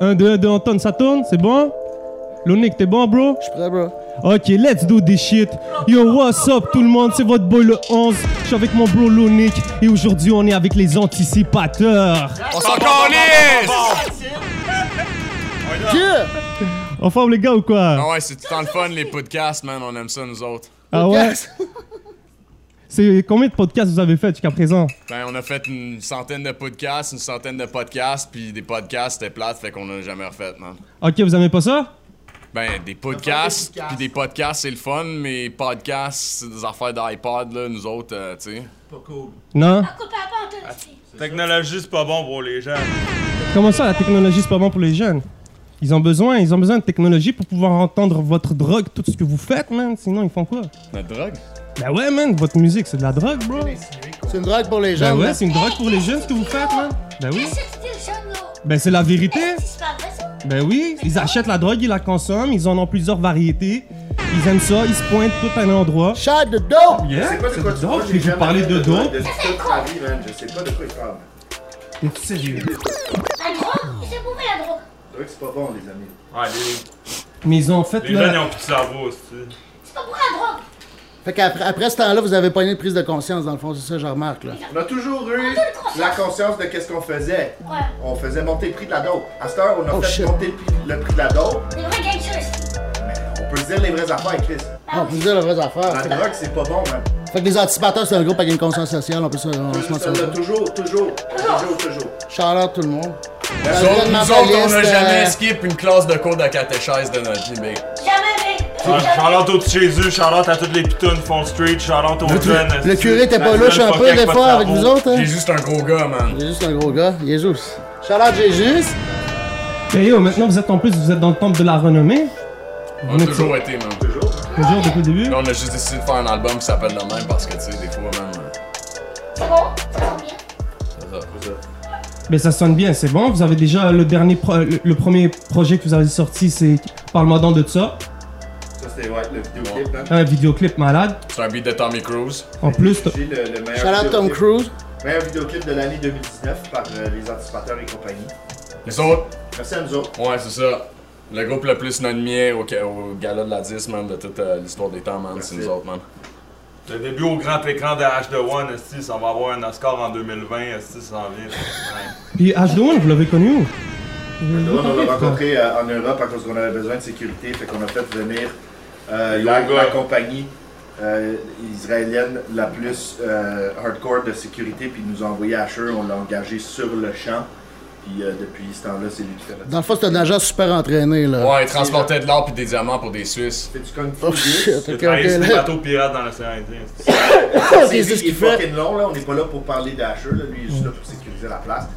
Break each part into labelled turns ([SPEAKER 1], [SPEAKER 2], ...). [SPEAKER 1] 1, 2, 1, 2, on tourne, ça tourne, c'est bon? Lonick, t'es bon, bro?
[SPEAKER 2] Je suis prêt, bro.
[SPEAKER 1] Ok, let's do this shit. Yo, what's up tout le monde, c'est votre boy le 11. Je suis avec mon bro Lonick et aujourd'hui on est avec les anticipateurs.
[SPEAKER 3] On s'en calisse!
[SPEAKER 2] Yeah!
[SPEAKER 1] En forme les gars ou quoi?
[SPEAKER 3] Ah ouais, c'est tout le temps le fun, les podcasts, man. On aime ça, nous autres.
[SPEAKER 1] Ah ouais?
[SPEAKER 2] Yes!
[SPEAKER 1] C'est combien de podcasts vous avez fait jusqu'à présent?
[SPEAKER 3] Ben, on a fait une centaine de podcasts, une centaine de podcasts, puis des podcasts, c'était plate, fait qu'on n'a jamais refait, man.
[SPEAKER 1] Ok, vous aimez pas ça?
[SPEAKER 3] Ben, des podcasts, puis des podcasts, c'est le fun, mais podcasts, c'est des affaires d'iPod, là, nous autres, euh, tu sais.
[SPEAKER 1] Non?
[SPEAKER 4] Coupe à part, toi aussi.
[SPEAKER 5] Technologie, c'est pas bon pour les gens.
[SPEAKER 1] Comment ça, la technologie, c'est pas bon pour les jeunes? Ils ont besoin, ils ont besoin de technologie pour pouvoir entendre votre drogue, tout ce que vous faites, man. Sinon, ils font quoi?
[SPEAKER 3] La drogue?
[SPEAKER 1] Bah ouais, man, votre musique, c'est de la drogue, bro.
[SPEAKER 2] C'est une drogue pour les
[SPEAKER 1] Bah
[SPEAKER 2] gens.
[SPEAKER 1] ouais,
[SPEAKER 2] là.
[SPEAKER 1] c'est une drogue pour les jeunes, ce que vous faites, man. Bah oui.
[SPEAKER 4] C'était le jeune, là.
[SPEAKER 1] Ben c'est la vérité.
[SPEAKER 4] Si C'est pas vrai, ça.
[SPEAKER 1] Ben oui, ils achètent la drogue, ils la consomment, ils en ont plusieurs variétés. Ils aiment ça, ils se pointent tout à un endroit.
[SPEAKER 2] Shot de dope!
[SPEAKER 1] Yeah,
[SPEAKER 6] C'est quoi, c'est quoi,
[SPEAKER 1] de
[SPEAKER 6] tu
[SPEAKER 1] dope,
[SPEAKER 6] vois,
[SPEAKER 1] je vais
[SPEAKER 6] j'ai
[SPEAKER 1] vous
[SPEAKER 6] jamais
[SPEAKER 1] parler
[SPEAKER 6] fait
[SPEAKER 1] de dope.
[SPEAKER 6] De toute ma vie, man, je sais pas de quoi il parle.
[SPEAKER 1] Et tu sais, j'ai-
[SPEAKER 4] La drogue, c'est pour vrai, la drogue.
[SPEAKER 6] C'est vrai que c'est pas bon, les amis.
[SPEAKER 5] Ouais, les,
[SPEAKER 1] Mais ils ont fait
[SPEAKER 5] les gens,
[SPEAKER 1] leur-
[SPEAKER 5] ils ont plus de cerveau, aussi.
[SPEAKER 4] C'est pas pour la drogue.
[SPEAKER 2] Fait qu'après après ce temps-là, vous avez pas une prise de conscience, dans le fond, c'est ça que je remarque, là.
[SPEAKER 6] On a toujours eu la conscience de qu'est-ce qu'on faisait.
[SPEAKER 4] Ouais.
[SPEAKER 6] On faisait monter le prix de la dope. À cette heure, on a
[SPEAKER 2] Oh,
[SPEAKER 6] fait
[SPEAKER 2] shit.
[SPEAKER 6] monter le prix, le prix de la dope.
[SPEAKER 4] Les vrais gangsters.
[SPEAKER 6] On peut dire les vraies affaires, Chris.
[SPEAKER 2] Ah, vous dire la vraie affaire.
[SPEAKER 6] La
[SPEAKER 2] Fait
[SPEAKER 6] drogue, c'est pas bon, man.
[SPEAKER 2] que, fait que les anticipateurs, c'est un groupe avec une conscience sociale, on peut se, on se
[SPEAKER 6] Ça
[SPEAKER 2] mentionne
[SPEAKER 6] l'a
[SPEAKER 2] ça.
[SPEAKER 6] toujours, toujours, toujours, toujours.
[SPEAKER 2] Shout-out tout le monde.
[SPEAKER 3] Nous
[SPEAKER 2] Regarde
[SPEAKER 3] autres,
[SPEAKER 2] ma
[SPEAKER 3] nous autres, on
[SPEAKER 2] playlist,
[SPEAKER 3] n'a
[SPEAKER 2] euh,
[SPEAKER 3] jamais skip une classe de cours de catéchèse de notre vie, mec.
[SPEAKER 4] Jamais vrai.
[SPEAKER 5] Ah,
[SPEAKER 4] Jamais.
[SPEAKER 5] Charlotte au petit Jésus, Charlotte à toutes les pitounes font street, Charlotte aux jeunes.
[SPEAKER 2] Le curé était pas louche un peu, des fois, avec vous autres, hein?
[SPEAKER 3] J'ai juste un gros gars, man.
[SPEAKER 2] Jésus, c'est un gros gars. Jésus. Shout-out Jésus.
[SPEAKER 1] Ben yo, maintenant vous êtes en plus, vous êtes dans le temple de la renommée. Vous
[SPEAKER 3] On a
[SPEAKER 1] venez de
[SPEAKER 3] toujours été, man.
[SPEAKER 1] toujours depuis le début.
[SPEAKER 3] Là, on a juste décidé de faire un album qui s'appelle le même parce que, tu sais, des fois, man, euh,
[SPEAKER 4] C'est bon. Ça sent bien.
[SPEAKER 3] c'est ça.
[SPEAKER 1] Mais Ben, ça sonne bien, c'est bon. Vous avez déjà le dernier, pro- le, le premier projet que vous avez sorti, c'est Parle-moi dans de ça.
[SPEAKER 6] Ça, c'était ouais, le vidéoclip, man.
[SPEAKER 1] Un vidéoclip malade.
[SPEAKER 3] C'est un beat de Tommy Cruise.
[SPEAKER 1] En plus, t-
[SPEAKER 6] J'ai le, le meilleur
[SPEAKER 2] Shout-out Tom
[SPEAKER 6] vidéoclip-
[SPEAKER 2] Cruise.
[SPEAKER 6] Meilleur vidéoclip de l'année 2019 par euh, les anticipateurs et compagnie.
[SPEAKER 3] Les autres,
[SPEAKER 6] Merci à nous autres.
[SPEAKER 3] Ouais, c'est ça. Le groupe le plus non mien au, au gala de la 10, man, de toute euh, l'histoire des temps, man, c'est nous autres, man.
[SPEAKER 5] Le début au grand écran de H2 One, si, ça va avoir un Oscar en 2020, si, ça s'en vient. Ouais.
[SPEAKER 1] puis H2O, vous l'avez connu où
[SPEAKER 6] Nous, on l'a rencontré euh, en Europe à cause qu'on avait besoin de sécurité, fait qu'on a fait venir euh, la,
[SPEAKER 5] gars.
[SPEAKER 6] la compagnie euh, israélienne la plus euh, hardcore de sécurité, puis ils nous a envoyé à Asher, on l'a engagé sur le champ, puis euh, depuis ce temps-là, c'est lui qui fait la
[SPEAKER 2] Dans le fond, c'était un agent super entraîné,
[SPEAKER 1] Ah,
[SPEAKER 2] là.
[SPEAKER 3] Ouais, ils transportaient de l'or puis des diamants pour des Suisses.
[SPEAKER 6] C'est du kung fu.
[SPEAKER 2] Oh
[SPEAKER 6] lui.
[SPEAKER 2] shit, ok,
[SPEAKER 5] J'ai
[SPEAKER 2] ok,
[SPEAKER 5] travaillé sur des
[SPEAKER 2] là.
[SPEAKER 5] bateaux pirates dans l'océan Indien. esti.
[SPEAKER 6] La
[SPEAKER 2] c'est ce
[SPEAKER 6] série
[SPEAKER 2] qu'il
[SPEAKER 6] est
[SPEAKER 2] fait. Mm.
[SPEAKER 6] fucking long, là. on n'est pas là pour parler d'Asher, là. lui il est juste là pour sécuriser la place.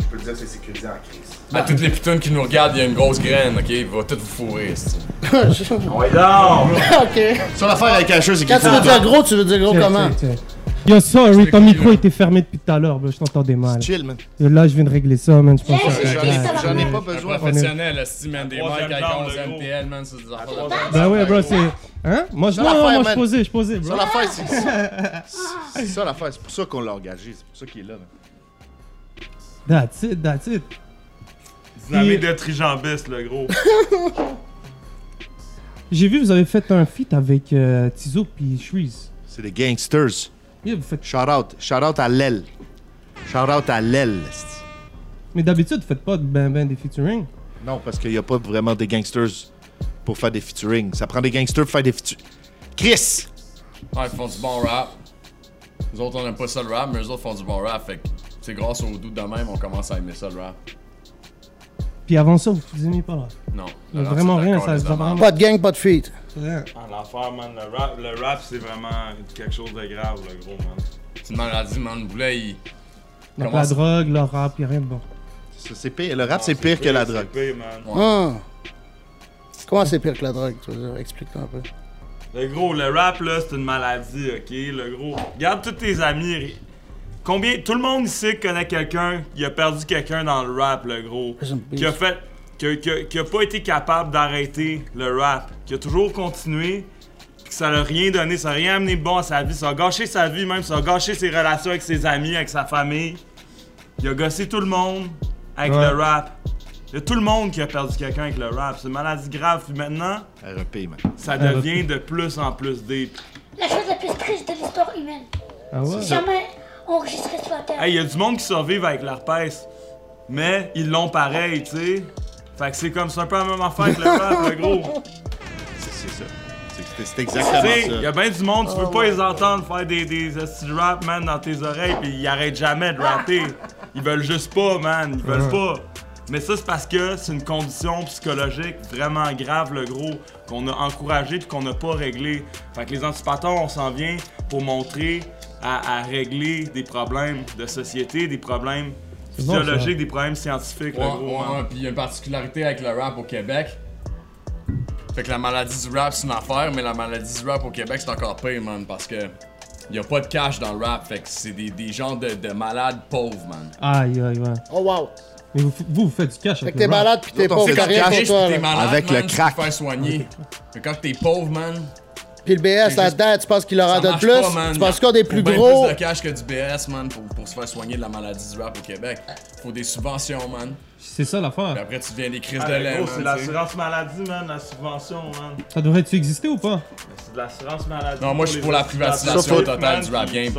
[SPEAKER 6] Je peux te dire que c'est sécurisé en crise.
[SPEAKER 1] Ah.
[SPEAKER 3] À toutes les pitounes qui nous regardent, il y a une grosse graine, ok? Il va tout vous fourrer, esti.
[SPEAKER 5] Ouais, donc!
[SPEAKER 2] OK.
[SPEAKER 6] Ça, l'affaire avec Asher, c'est
[SPEAKER 2] Quand tu veux dire gros, tu veux dire gros
[SPEAKER 1] Tiens,
[SPEAKER 2] comment?
[SPEAKER 1] tiens, tiens. Yo, sorry, ton
[SPEAKER 3] qui,
[SPEAKER 1] micro
[SPEAKER 3] là?
[SPEAKER 1] était fermé depuis tout à l'heure, bro, je t'entendais mal.
[SPEAKER 6] Chill, man.
[SPEAKER 1] Et là, je viens de régler ça, man, je pense que
[SPEAKER 4] Yes,
[SPEAKER 1] c'est
[SPEAKER 4] j'en
[SPEAKER 1] un
[SPEAKER 4] ai-
[SPEAKER 1] clash.
[SPEAKER 4] j'en ai
[SPEAKER 6] pas
[SPEAKER 3] Un
[SPEAKER 6] besoin.
[SPEAKER 3] professionnel, esti, man, des
[SPEAKER 5] Troisième
[SPEAKER 3] mecs avec
[SPEAKER 5] jambe,
[SPEAKER 3] 11
[SPEAKER 5] le gros.
[SPEAKER 3] MTL, man, c'est des affaires. de-
[SPEAKER 1] Bah ouais, bro, c'est. Hein Moi, je, non,
[SPEAKER 6] l'affaire,
[SPEAKER 1] non, moi, je
[SPEAKER 6] man.
[SPEAKER 1] posais, je posais, bro.
[SPEAKER 6] Ça l'affaire, c'est ça. C'est ça l'affaire, c'est pour ça qu'on l'a engagé, c'est pour ça qu'il est là. man.
[SPEAKER 1] That's it, that's it.
[SPEAKER 5] Dynamique de trijambiste, le gros.
[SPEAKER 1] J'ai vu, vous avez fait un feat avec euh, Tizo puis Shreeze.
[SPEAKER 6] C'est des gangsters.
[SPEAKER 1] Yeah, vous faites...
[SPEAKER 6] Shout out. Shout out à l'aile. Shout out à l'aile. esti.
[SPEAKER 1] Mais d'habitude, vous faites pas de ben ben des featuring.
[SPEAKER 6] Non, parce qu'il n'y a pas vraiment des gangsters pour faire des featuring. Ça prend des gangsters pour faire des featuring. Chris!
[SPEAKER 3] Ouais, ils font du bon rap. Nous autres, on aime pas ça le rap, mais eux autres font du bon rap, fait que c'est grâce au doute de même, on commence à aimer ça le rap.
[SPEAKER 1] Puis avant ça, vous vous aimiez pas là.
[SPEAKER 3] Non.
[SPEAKER 1] Il y a vraiment rien, ça- ça
[SPEAKER 3] vraiment.
[SPEAKER 1] vraiment-
[SPEAKER 2] Pas de gang, pas de feet.
[SPEAKER 1] hein.
[SPEAKER 5] Ah, L'enfer, man, le rap, le rap c'est vraiment quelque chose de grave, le gros, man.
[SPEAKER 3] C'est une maladie, man. Le boulet, il.
[SPEAKER 1] Donc
[SPEAKER 3] Comment
[SPEAKER 1] la
[SPEAKER 3] ça-
[SPEAKER 1] drogue, le rap, y a rien de bon.
[SPEAKER 6] Ça, c'est pire. Le rap, c'est
[SPEAKER 5] Ah,
[SPEAKER 6] pire que la
[SPEAKER 5] c'est
[SPEAKER 6] drogue.
[SPEAKER 5] pire, man.
[SPEAKER 2] Ah. Comment c'est pire que la drogue, tu veux dire? Explique-toi un peu.
[SPEAKER 5] Le gros, le rap là, c'est une maladie, ok? Le gros. Regarde tous tes amis. ri- Combien. Tout le monde ici connaît quelqu'un, il a perdu quelqu'un dans le rap, le gros.
[SPEAKER 2] J'aime bien
[SPEAKER 5] Qui a
[SPEAKER 2] ça.
[SPEAKER 5] fait. Qui a, qui a- qui a pas été capable d'arrêter le rap. Qui a toujours continué. Puis que ça l'a rien donné, ça n'a rien amené de bon à sa vie. Ça a gâché sa vie même, ça a gâché ses relations avec ses amis, avec sa famille. Il a gossé tout le monde avec
[SPEAKER 1] Ouais.
[SPEAKER 5] le rap. Il y a tout le monde qui a perdu quelqu'un avec le rap. C'est une maladie grave. Puis maintenant,
[SPEAKER 6] E
[SPEAKER 7] RP, man.
[SPEAKER 5] ça devient de plus en plus deep.
[SPEAKER 4] La chose la plus triste de l'histoire humaine.
[SPEAKER 1] Ah ouais?
[SPEAKER 4] Jamais enregistré sur la Terre.
[SPEAKER 5] Hey, il y a du monde qui survivent avec l'herpès. Mais ils l'ont pareil, tu sais. Fait que c'est comme c'est un peu la même affaire que le rap, le gros.
[SPEAKER 7] C'est c'est ça. C'est- C'est c'est
[SPEAKER 5] Tu sais,
[SPEAKER 7] exactement
[SPEAKER 5] il y
[SPEAKER 7] ça.
[SPEAKER 5] a bien du monde, tu peux pas les entendre faire des, des hosties de rap, man, dans tes oreilles, puis ils arrêtent jamais de rapper. Ils veulent juste pas, man, ils veulent pas. Mais ça, c'est parce que c'est une condition psychologique vraiment grave, le gros, qu'on a encouragé puis qu'on n'a pas réglé. Fait que les anticipateurs, on s'en vient pour montrer à, à régler des problèmes de société, des problèmes
[SPEAKER 1] bon, ça.
[SPEAKER 5] physiologiques, des problèmes scientifiques,
[SPEAKER 3] Ouais,
[SPEAKER 5] le gros. hein.
[SPEAKER 3] ouais,
[SPEAKER 5] man.
[SPEAKER 3] ouais, Puis il y a une particularité avec le rap au Québec. Fait que la maladie du rap, c'est une affaire, mais la maladie du rap au Québec, c'est encore pire, man, parce que y a pas de cash dans le rap. Fait que c'est des, des gens de, de malades pauvres, man.
[SPEAKER 1] Aïe, aïe, ouais.
[SPEAKER 2] Oh, wow.
[SPEAKER 1] Mais vous, vous, vous faites du cash
[SPEAKER 2] Fait
[SPEAKER 1] avec
[SPEAKER 2] que t'es
[SPEAKER 1] le rap.
[SPEAKER 2] malade pis t'es
[SPEAKER 7] Nous
[SPEAKER 2] pas
[SPEAKER 7] autres, on fait
[SPEAKER 2] t'as
[SPEAKER 7] du
[SPEAKER 2] rien
[SPEAKER 3] Cash,
[SPEAKER 2] pour toi.
[SPEAKER 3] t'es
[SPEAKER 2] là.
[SPEAKER 3] malade,
[SPEAKER 6] Avec
[SPEAKER 3] man,
[SPEAKER 6] le
[SPEAKER 3] tu
[SPEAKER 6] crack.
[SPEAKER 3] te fais soigner. Mais quand t'es pauvre, man,
[SPEAKER 2] Pis le BS là-dedans, tu penses qu'il leur en
[SPEAKER 3] ça
[SPEAKER 2] donne
[SPEAKER 3] marche
[SPEAKER 2] plus?
[SPEAKER 3] pas, man.
[SPEAKER 2] Tu penses qu'on est
[SPEAKER 3] Faut
[SPEAKER 2] plus
[SPEAKER 3] bien
[SPEAKER 2] gros?
[SPEAKER 3] plus de cash que du BS, man, pour, pour se faire soigner de la maladie du rap au Québec. Faut des subventions, man.
[SPEAKER 1] C'est ça
[SPEAKER 3] Puis
[SPEAKER 1] l'affaire.
[SPEAKER 3] après, tu deviens des crises
[SPEAKER 5] Ah,
[SPEAKER 3] de
[SPEAKER 5] le
[SPEAKER 3] l'air,
[SPEAKER 5] gros, c'est
[SPEAKER 3] man.
[SPEAKER 5] de
[SPEAKER 3] tu sais.
[SPEAKER 5] l'assurance maladie, man, la subvention, man.
[SPEAKER 1] Ça devrait-tu exister ou pas?
[SPEAKER 5] C'est de l'assurance maladie.
[SPEAKER 3] Non, moi, je suis pour la privatisation totale du rap game.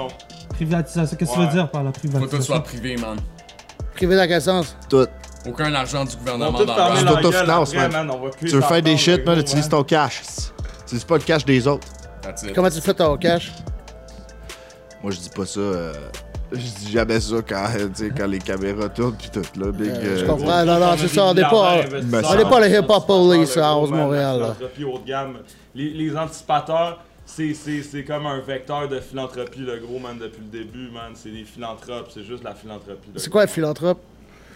[SPEAKER 1] Privatisation, qu'est-ce que tu
[SPEAKER 5] Ouais.
[SPEAKER 1] veux dire par la
[SPEAKER 3] Faut que tout
[SPEAKER 1] privatisation?
[SPEAKER 3] soit privé, man.
[SPEAKER 2] Privé dans quel sens?
[SPEAKER 6] Tout.
[SPEAKER 3] Aucun argent du
[SPEAKER 5] On
[SPEAKER 3] gouvernement
[SPEAKER 5] tout
[SPEAKER 3] dans le
[SPEAKER 5] fermer
[SPEAKER 3] rap.
[SPEAKER 6] Tu
[SPEAKER 5] leur gueule
[SPEAKER 6] t'autofinances,
[SPEAKER 5] après,
[SPEAKER 6] man.
[SPEAKER 5] man, on va plus
[SPEAKER 6] Tu veux faire des
[SPEAKER 5] s'entendre,
[SPEAKER 6] shit,
[SPEAKER 5] le
[SPEAKER 6] man,
[SPEAKER 5] gros,
[SPEAKER 6] utilise ton cash. Tu utilises pas le cash des autres.
[SPEAKER 3] That's it.
[SPEAKER 2] Comment tu fais ton cash?
[SPEAKER 6] Moi, je dis pas ça. euh, Je dis jamais ça quand, euh, tu sais, quand les caméras tournent pis tout, là. Big,
[SPEAKER 2] Euh, je
[SPEAKER 6] euh,
[SPEAKER 2] comprends. Ah, non, non, c'est ça, on n'est pas-
[SPEAKER 6] on
[SPEAKER 5] n'est
[SPEAKER 6] n'est
[SPEAKER 2] pas le hip-hop police à 11 Montréal, là.
[SPEAKER 5] Philanthropie haut de gamme. Les, les anticipateurs, c'est, c'est, c'est comme un vecteur de philanthropie, le gros, man, depuis le début, man. C'est des philanthropes, c'est juste la philanthropie. le
[SPEAKER 2] C'est
[SPEAKER 5] gros.
[SPEAKER 2] quoi un philanthrope?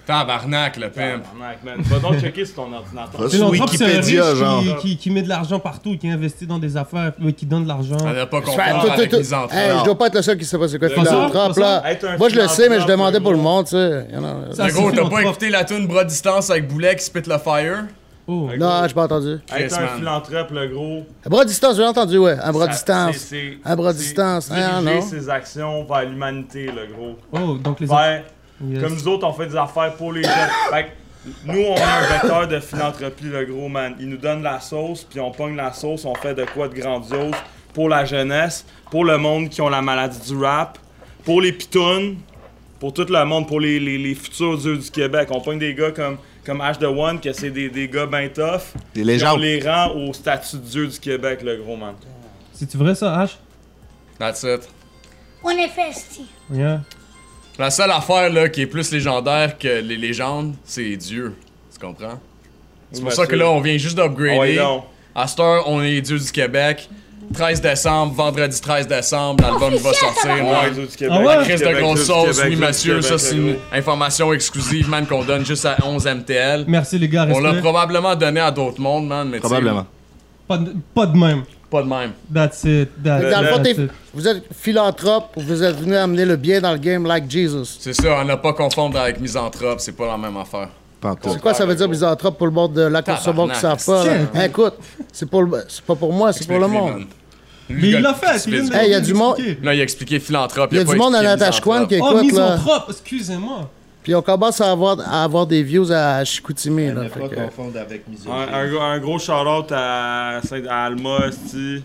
[SPEAKER 3] Tabarnak, le pimp.
[SPEAKER 5] Tabarnak, man. Va donc checker sur ton ordinateur.
[SPEAKER 6] Vas-y.
[SPEAKER 1] C'est l'entrepreneur
[SPEAKER 6] Wikipédia,
[SPEAKER 1] riche qui-
[SPEAKER 6] genre.
[SPEAKER 1] Qui, qui met de l'argent partout, qui investit dans des affaires, mais qui donne de l'argent.
[SPEAKER 2] Ah,
[SPEAKER 3] On n'a pas
[SPEAKER 2] Fais-
[SPEAKER 3] confondre
[SPEAKER 2] tout-
[SPEAKER 3] Ah, avec
[SPEAKER 2] tout-
[SPEAKER 3] les
[SPEAKER 2] tout- Hey, je
[SPEAKER 3] entrailles.
[SPEAKER 2] dois pas être le seul qui sait pas c'est quoi
[SPEAKER 5] Le
[SPEAKER 2] philanthrope,
[SPEAKER 1] gros,
[SPEAKER 2] là.
[SPEAKER 5] être un
[SPEAKER 2] Moi, je le sais, mais je
[SPEAKER 5] philanthrope,
[SPEAKER 2] demandais
[SPEAKER 5] le
[SPEAKER 2] pour le
[SPEAKER 5] gros.
[SPEAKER 2] monde, tu sais. You know.
[SPEAKER 1] Ça,
[SPEAKER 3] Le gros,
[SPEAKER 1] suffit,
[SPEAKER 3] t'as
[SPEAKER 1] mon
[SPEAKER 3] pas
[SPEAKER 1] prof.
[SPEAKER 3] écouté la tune Bras Distance avec Boulet qui spit le fire?
[SPEAKER 1] Oh.
[SPEAKER 2] Non, j'ai pas entendu.
[SPEAKER 5] Être
[SPEAKER 3] Yes,
[SPEAKER 5] un
[SPEAKER 3] man.
[SPEAKER 5] philanthrope, le gros.
[SPEAKER 2] Un bras de distance, j'ai entendu, ouais. Un bras de
[SPEAKER 5] ça-
[SPEAKER 2] distance.
[SPEAKER 5] c'est- c'est-
[SPEAKER 2] Un bras de
[SPEAKER 5] c'est
[SPEAKER 2] distance, hein,
[SPEAKER 5] Diriger
[SPEAKER 2] non?
[SPEAKER 5] ses actions vers l'humanité, le gros.
[SPEAKER 1] Oh, donc les
[SPEAKER 5] Vers
[SPEAKER 1] Yes.
[SPEAKER 5] Comme nous autres, on fait des affaires pour les jeunes. Fait que nous, on est un vecteur de philanthropie, le gros man. Ils nous donnent la sauce, puis on pogne la sauce, on fait de quoi de grandiose pour la jeunesse, pour le monde qui ont la maladie du rap, pour les pitounes, pour tout le monde, pour les, les- les futurs dieux du Québec. On pogne des gars comme, comme H de One, que c'est des, des gars ben tough.
[SPEAKER 6] Des
[SPEAKER 5] puis
[SPEAKER 6] légendes.
[SPEAKER 5] On les rend au statut de dieu du Québec, le gros man.
[SPEAKER 1] C'est-tu vrai ça, H?
[SPEAKER 3] That's it.
[SPEAKER 4] En effet, si.
[SPEAKER 1] Yeah.
[SPEAKER 3] La seule affaire là, qui est plus légendaire que les légendes, c'est Dieu. Tu comprends? C'est pour ça que là, on vient juste
[SPEAKER 5] Ouais,
[SPEAKER 3] d'upgrader.
[SPEAKER 5] donc.
[SPEAKER 3] À cette heure, on est Dieu du Québec. 13 décembre, vendredi 13 décembre, l'album va
[SPEAKER 4] Officiel,
[SPEAKER 3] sortir.
[SPEAKER 4] tabarnak.
[SPEAKER 5] Ouais,
[SPEAKER 3] Ouais.
[SPEAKER 5] dieu du Québec.
[SPEAKER 1] Ah ouais?
[SPEAKER 5] dieu du
[SPEAKER 3] Crise de
[SPEAKER 5] Québec,
[SPEAKER 3] grosse
[SPEAKER 5] dieu du
[SPEAKER 3] sauce,
[SPEAKER 5] Québec,
[SPEAKER 3] oui,
[SPEAKER 5] dieu du
[SPEAKER 3] monsieur.
[SPEAKER 5] Québec,
[SPEAKER 3] Ça,
[SPEAKER 5] le
[SPEAKER 3] c'est
[SPEAKER 5] gros.
[SPEAKER 3] une information exclusive, man, qu'on donne juste à 11 MTL.
[SPEAKER 1] Merci les gars,
[SPEAKER 3] On l'a
[SPEAKER 1] respect.
[SPEAKER 3] probablement donné à d'autres mondes, man, mais tu sais,
[SPEAKER 6] Probablement.
[SPEAKER 1] Pas de, pas de même.
[SPEAKER 3] Pas de même.
[SPEAKER 1] That's it. That-
[SPEAKER 2] Fait que Dans le fond,
[SPEAKER 1] that's
[SPEAKER 2] t'es-
[SPEAKER 1] it.
[SPEAKER 2] vous êtes philanthrope, vous êtes venu amener le bien dans le game like Jesus.
[SPEAKER 3] C'est ça, on n'a pas confondre avec misanthrope, c'est pas la même affaire.
[SPEAKER 6] Pantoute.
[SPEAKER 2] C'est quoi ça veut dire misanthrope pour le monde de la consommation qui savent pas? là?
[SPEAKER 1] Tabarnak.
[SPEAKER 2] Hey, écoute, c'est pour le- c'est pas pour moi, c'est pour le
[SPEAKER 3] Explique-lui,
[SPEAKER 2] monde.
[SPEAKER 3] man.
[SPEAKER 1] Mais
[SPEAKER 3] Lui,
[SPEAKER 1] il l'a
[SPEAKER 3] qui
[SPEAKER 1] fait.
[SPEAKER 3] se
[SPEAKER 1] il vient
[SPEAKER 3] fait
[SPEAKER 1] de
[SPEAKER 3] dire.
[SPEAKER 2] Hey, y a
[SPEAKER 1] nous
[SPEAKER 2] du monde-
[SPEAKER 1] expliquer.
[SPEAKER 3] Là, il a expliqué philanthrope.
[SPEAKER 2] Il y a
[SPEAKER 3] pas
[SPEAKER 2] du monde à
[SPEAKER 3] expliqué
[SPEAKER 2] Natasha Kwan
[SPEAKER 3] misanthrope.
[SPEAKER 2] qui
[SPEAKER 1] Oh,
[SPEAKER 2] écoute là.
[SPEAKER 1] misanthrope, excusez-moi.
[SPEAKER 2] Puis on commence à avoir, à avoir des views à Chicoutimi là. fait que-
[SPEAKER 7] confondre avec
[SPEAKER 5] Un, un gros- un gros shout-out à, Saint- à Alma, esti.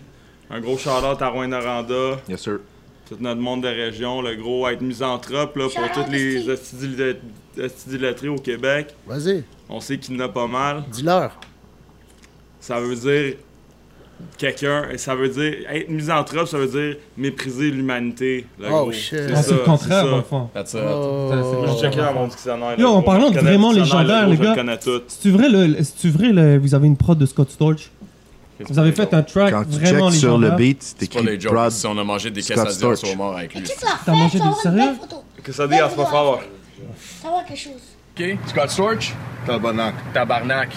[SPEAKER 5] Un gros shout-out à Rouen-Noranda.
[SPEAKER 6] Bien sûr.
[SPEAKER 5] Tout notre monde de région, le gros, être misanthrope là, pour
[SPEAKER 4] Shout-out,
[SPEAKER 5] toutes les
[SPEAKER 4] esti.
[SPEAKER 5] esti dil- esti dilettrés au Québec.
[SPEAKER 2] Vas-y,
[SPEAKER 5] On sait qu'il y en a pas mal.
[SPEAKER 2] dis-leur.
[SPEAKER 5] Ça veut dire quelqu'un, ça veut dire être misanthrope, ça veut dire mépriser l'humanité. le
[SPEAKER 2] Oh,
[SPEAKER 5] gros.
[SPEAKER 2] shit.
[SPEAKER 5] C'est
[SPEAKER 1] Ah, C'est
[SPEAKER 5] ça,
[SPEAKER 1] le contraire,
[SPEAKER 5] c'est ça.
[SPEAKER 1] mon enfant.
[SPEAKER 3] That's it.
[SPEAKER 5] Moi,
[SPEAKER 2] Oh.
[SPEAKER 5] je checkais dans mon dictionnaire. le
[SPEAKER 1] Yo, en
[SPEAKER 5] gros.
[SPEAKER 1] parlant de
[SPEAKER 5] Je connais le
[SPEAKER 1] vraiment
[SPEAKER 5] dictionnaire,
[SPEAKER 1] légendaire,
[SPEAKER 5] le
[SPEAKER 1] les
[SPEAKER 5] gros, Je
[SPEAKER 1] gars.
[SPEAKER 5] le connais tout.
[SPEAKER 1] C'est-tu vrai, le, c'est-tu vrai le, vous avez une prod de Scott Storch? Vous avez fait un track
[SPEAKER 6] Quand tu
[SPEAKER 1] vraiment
[SPEAKER 6] checks sur le
[SPEAKER 1] légendaire.
[SPEAKER 6] beat, c'est
[SPEAKER 3] C'est pas
[SPEAKER 6] écrit
[SPEAKER 3] des jokes.
[SPEAKER 6] Prod.
[SPEAKER 3] Si on a mangé des
[SPEAKER 6] Scott
[SPEAKER 3] caisses à dire, on
[SPEAKER 6] Storch.
[SPEAKER 3] soit mort avec lui.
[SPEAKER 4] Tu te la refais,
[SPEAKER 1] mangé
[SPEAKER 4] tu
[SPEAKER 1] du
[SPEAKER 4] vas avoir une
[SPEAKER 1] sérieux?
[SPEAKER 4] belle photo.
[SPEAKER 5] Que ça dit à ce moment faveur.
[SPEAKER 4] Ça va quelque chose.
[SPEAKER 3] Ok, Scott Storch,
[SPEAKER 7] Tabarnak.
[SPEAKER 3] tabarnak.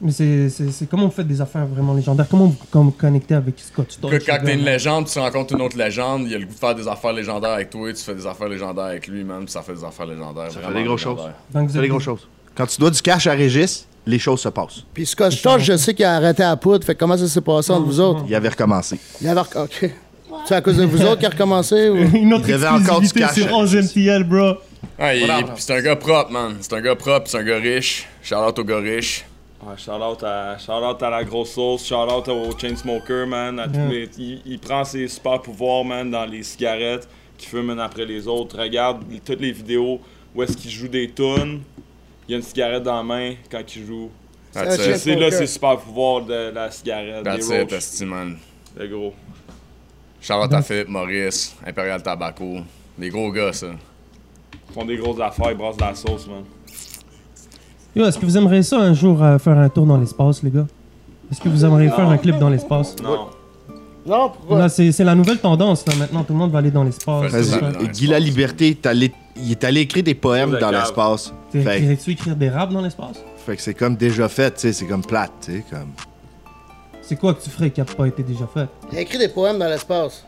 [SPEAKER 1] Mais c'est, c'est, c'est comment vous faites des affaires vraiment légendaires? Comment vous comme, connectez avec Scott Storch?
[SPEAKER 3] Que quand
[SPEAKER 1] les
[SPEAKER 3] t'es une
[SPEAKER 1] gars?
[SPEAKER 3] légende, tu rencontres une autre légende, il a le goût de faire des affaires légendaires avec toi, tu fais des affaires légendaires avec lui, man, puis ça fait des affaires légendaires.
[SPEAKER 6] Ça fait
[SPEAKER 3] vraiment
[SPEAKER 6] des grosses
[SPEAKER 3] légendaires.
[SPEAKER 6] choses.
[SPEAKER 1] Donc, vous
[SPEAKER 6] C'est
[SPEAKER 1] êtes-
[SPEAKER 6] les grosses choses. Quand tu dois du cash à Régis, les choses se passent.
[SPEAKER 2] Puis Scott Storch, je sais qu'il a arrêté à poudre. Fait que comment ça s'est passé entre vous autres?
[SPEAKER 6] Il avait recommencé.
[SPEAKER 2] Il y avait... OK. C'est à cause de vous autres qu'il a recommencé ou...
[SPEAKER 1] Une autre
[SPEAKER 6] Il y avait encore du
[SPEAKER 1] exclusivité
[SPEAKER 6] cash,
[SPEAKER 1] sur 11 MTL, bro.
[SPEAKER 3] Ouais, il- il- c'est un gars propre, man. C'est un gars propre, c'est un gars riche. Shout-out au gars riche.
[SPEAKER 5] Ouais, shout out à, shout out à la grosse sauce, shout out au Chainsmoker, man. À tous les, il, il prend ses super pouvoirs, man, dans les cigarettes qu'il fume une après les autres. Regarde toutes les vidéos où est-ce qu'il joue des tunes. Il a une cigarette dans la main quand il joue.
[SPEAKER 3] That's
[SPEAKER 2] un
[SPEAKER 3] it.
[SPEAKER 5] C'est là
[SPEAKER 2] Poker.
[SPEAKER 5] ses super pouvoirs de la cigarette,
[SPEAKER 3] That's
[SPEAKER 5] des
[SPEAKER 3] it,
[SPEAKER 5] roaches.
[SPEAKER 3] esti, man.
[SPEAKER 5] Le gros.
[SPEAKER 3] Shout-out à Philippe Maurice, Imperial Tobacco. Des gros gars, ça.
[SPEAKER 5] Ils font des grosses affaires, ils brassent de la sauce, man.
[SPEAKER 1] Yo, est-ce que vous aimeriez ça un jour euh, faire un tour dans l'espace, les gars? Est-ce que vous aimeriez faire un clip dans l'espace?
[SPEAKER 5] Non.
[SPEAKER 2] Non, pourquoi?
[SPEAKER 1] Là, c'est c'est la nouvelle tendance, là, maintenant. Tout le monde va aller dans l'espace.
[SPEAKER 3] Vas-y.
[SPEAKER 1] tout ça.
[SPEAKER 3] Dans l'espace.
[SPEAKER 6] Guy La Liberté, est allé- il est allé écrire des poèmes
[SPEAKER 5] Dans la
[SPEAKER 6] dans
[SPEAKER 5] cave.
[SPEAKER 6] l'espace.
[SPEAKER 1] T'es-
[SPEAKER 6] Fait,
[SPEAKER 1] Irais-tu écrire des raps dans l'espace?
[SPEAKER 6] fait que c'est comme déjà fait, tu sais, c'est comme plate, tu sais, comme.
[SPEAKER 1] C'est quoi que tu ferais qui a pas été déjà fait?
[SPEAKER 2] Il a écrit des poèmes dans l'espace.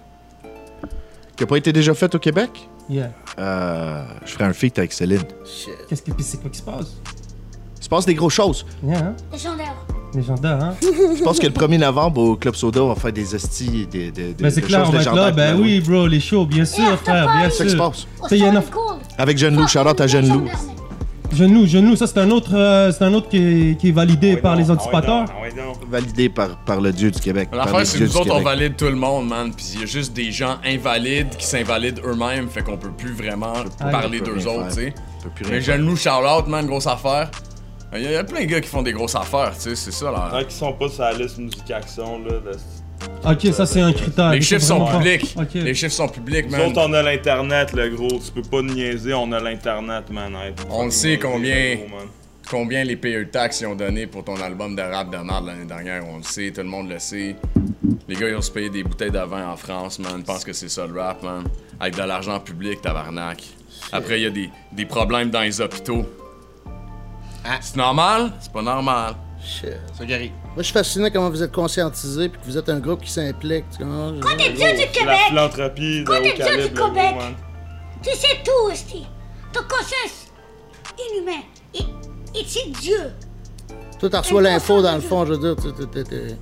[SPEAKER 6] Qui a pas été déjà fait au Québec?
[SPEAKER 1] Yeah.
[SPEAKER 6] Euh, je ferais un feat avec Céline.
[SPEAKER 2] Shit.
[SPEAKER 1] Qu'est-ce que puis c'est quoi qui se passe?
[SPEAKER 6] Il se passe des grosses choses.
[SPEAKER 1] Yeah, hein?
[SPEAKER 4] Légendaire.
[SPEAKER 1] Légendaire, hein?
[SPEAKER 6] Je pense que le 1er novembre au Club Soda, on va faire des hosties, des, des, des,
[SPEAKER 1] Ben c'est
[SPEAKER 6] des
[SPEAKER 1] clair, on
[SPEAKER 6] choses
[SPEAKER 1] va être là.
[SPEAKER 6] légendaires.
[SPEAKER 1] Ben oui, bro, les shows, bien sûr,
[SPEAKER 4] Yeah,
[SPEAKER 1] frère, bien
[SPEAKER 6] C'est ça qui se
[SPEAKER 1] sûr.
[SPEAKER 6] passe.
[SPEAKER 4] Au
[SPEAKER 1] Ça y est,
[SPEAKER 4] Solid
[SPEAKER 1] non.
[SPEAKER 4] Gold. Ah,
[SPEAKER 6] Avec Jeune Lou, shout-out à Jeune Lou.
[SPEAKER 4] Légendaire, mec.
[SPEAKER 1] Genou, genou, ça c'est un autre, euh, c'est un autre qui est, qui est validé par les anticipateurs.
[SPEAKER 5] Oh, Ah ouais, non.
[SPEAKER 6] Validé par, par le dieu du Québec. par le
[SPEAKER 3] L'affaire, c'est que
[SPEAKER 6] dieu
[SPEAKER 3] nous
[SPEAKER 6] du
[SPEAKER 3] autres, on
[SPEAKER 6] Québec.
[SPEAKER 3] valide tout le monde, man. Puis il y a juste des gens invalides qui s'invalident eux-mêmes, fait qu'on peut plus vraiment
[SPEAKER 1] Ah,
[SPEAKER 3] parler
[SPEAKER 6] on peut
[SPEAKER 3] d'eux
[SPEAKER 6] rien
[SPEAKER 3] autres, tu sais.
[SPEAKER 6] faire. On peut plus
[SPEAKER 3] Mais
[SPEAKER 6] rien faire.
[SPEAKER 3] je nous shout-out, man, grosse affaire. Il y, a- y a plein de gars qui font des grosses affaires, tu sais, c'est ça, là.
[SPEAKER 5] Tant qu'ils sont pas sur la liste musique action, là. de-
[SPEAKER 1] Ok, ça c'est un
[SPEAKER 6] Ah,
[SPEAKER 1] critère.
[SPEAKER 3] Les chiffres sont
[SPEAKER 1] Vraiment pas.
[SPEAKER 3] publics.
[SPEAKER 1] Ok.
[SPEAKER 3] Les chiffres sont publics,
[SPEAKER 5] Nous
[SPEAKER 3] man.
[SPEAKER 5] autres, on a l'internet, le gros. Tu peux pas nous niaiser, on a l'internet, man. Arrête.
[SPEAKER 3] On le sait combien-
[SPEAKER 5] Le gros, man.
[SPEAKER 3] Combien les PE taxes ils ont donné pour ton album de rap de merde l'année dernière, on le sait, tout le monde le sait. Les gars, ils ont se payé des bouteilles de vin en France, man. Je pense que c'est ça le rap, man. Avec de l'argent public, tabarnak. Après, il y a des, des problèmes dans les hôpitaux. C'est normal? C'est pas normal.
[SPEAKER 2] Shit. Moi, je suis fasciné comment vous êtes conscientisé puis que vous êtes un groupe qui s'implique. tu comprends? Je-
[SPEAKER 4] Ah, T'es Dieu du
[SPEAKER 5] C'est La
[SPEAKER 4] Québec.
[SPEAKER 5] philanthropie de
[SPEAKER 4] Quand t'es
[SPEAKER 5] haut
[SPEAKER 4] Dieu
[SPEAKER 5] calibre,
[SPEAKER 4] du
[SPEAKER 5] le gros,
[SPEAKER 4] Québec.
[SPEAKER 5] man.
[SPEAKER 4] Tu sais tout, Esti. Ton conscience inhumain. Et, et c'est Dieu.
[SPEAKER 2] Toi, t'en reçois l'info dans le fond, je veux dire. tu- tu- tu- tu-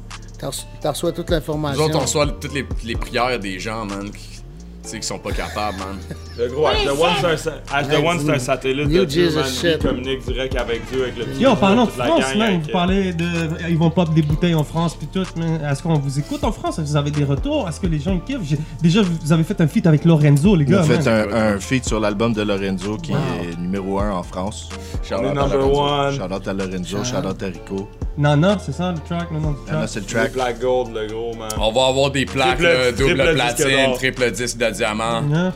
[SPEAKER 2] T'en reçois- t'en reçois toute
[SPEAKER 3] Nous
[SPEAKER 2] l'information.
[SPEAKER 3] autres, on reçoit toutes les, les prières des gens, man, qui, tu sais, qui sont pas capables, man.
[SPEAKER 5] Le gros, H
[SPEAKER 4] les
[SPEAKER 5] The One, c'est un sa- H The One, c'est un satellite
[SPEAKER 2] New
[SPEAKER 5] de Dieu,
[SPEAKER 2] Jesus
[SPEAKER 5] man. Il
[SPEAKER 2] shit.
[SPEAKER 5] communique direct avec Dieu, avec le petit.
[SPEAKER 1] Yo,
[SPEAKER 5] Dieu,
[SPEAKER 1] parlons de
[SPEAKER 5] toute la
[SPEAKER 1] France,
[SPEAKER 5] gang,
[SPEAKER 1] man.
[SPEAKER 5] avec,
[SPEAKER 1] Vous
[SPEAKER 5] euh,
[SPEAKER 1] parlez de. Ils vont pop des bouteilles en France, puis tout. Mais est-ce qu'on vous écoute en France? Est-ce que vous avez des retours? Est-ce que les gens ils kiffent? J'ai- Déjà, vous avez fait un feat avec Lorenzo, les
[SPEAKER 6] On
[SPEAKER 1] gars.
[SPEAKER 6] a fait
[SPEAKER 1] man.
[SPEAKER 6] un, un feat sur l'album de Lorenzo qui est numéro 1 en France.
[SPEAKER 5] On
[SPEAKER 3] Shout-out
[SPEAKER 5] est
[SPEAKER 3] à
[SPEAKER 5] number
[SPEAKER 3] Lorenzo.
[SPEAKER 5] one.
[SPEAKER 6] Shout-out à Lorenzo, shout-out à Rico.
[SPEAKER 1] Nana, c'est ça le track, le nom du
[SPEAKER 6] Là,
[SPEAKER 1] track?
[SPEAKER 6] Ah, c'est le
[SPEAKER 5] Le
[SPEAKER 6] track.
[SPEAKER 5] Black Gold, le gros, man.
[SPEAKER 2] Oh.
[SPEAKER 3] On va avoir des plaques,
[SPEAKER 5] Triple-
[SPEAKER 3] là, double
[SPEAKER 5] triple disque Mm.
[SPEAKER 3] platine,
[SPEAKER 5] d'or.
[SPEAKER 3] triple disque de diamant.
[SPEAKER 1] Hein?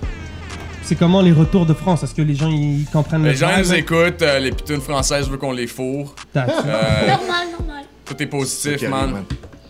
[SPEAKER 1] C'est comment les retours de France? Est-ce que les gens ils comprennent
[SPEAKER 3] Les
[SPEAKER 1] le
[SPEAKER 3] gens
[SPEAKER 5] Mm.
[SPEAKER 1] vibe,
[SPEAKER 3] nous
[SPEAKER 1] là?
[SPEAKER 3] écoutent, euh, les pitounes françaises veulent qu'on les fourre.
[SPEAKER 1] T'as-
[SPEAKER 3] Euh,
[SPEAKER 4] Normal, normal.
[SPEAKER 3] tout est
[SPEAKER 6] C'est
[SPEAKER 3] positif,
[SPEAKER 6] carré,
[SPEAKER 3] man.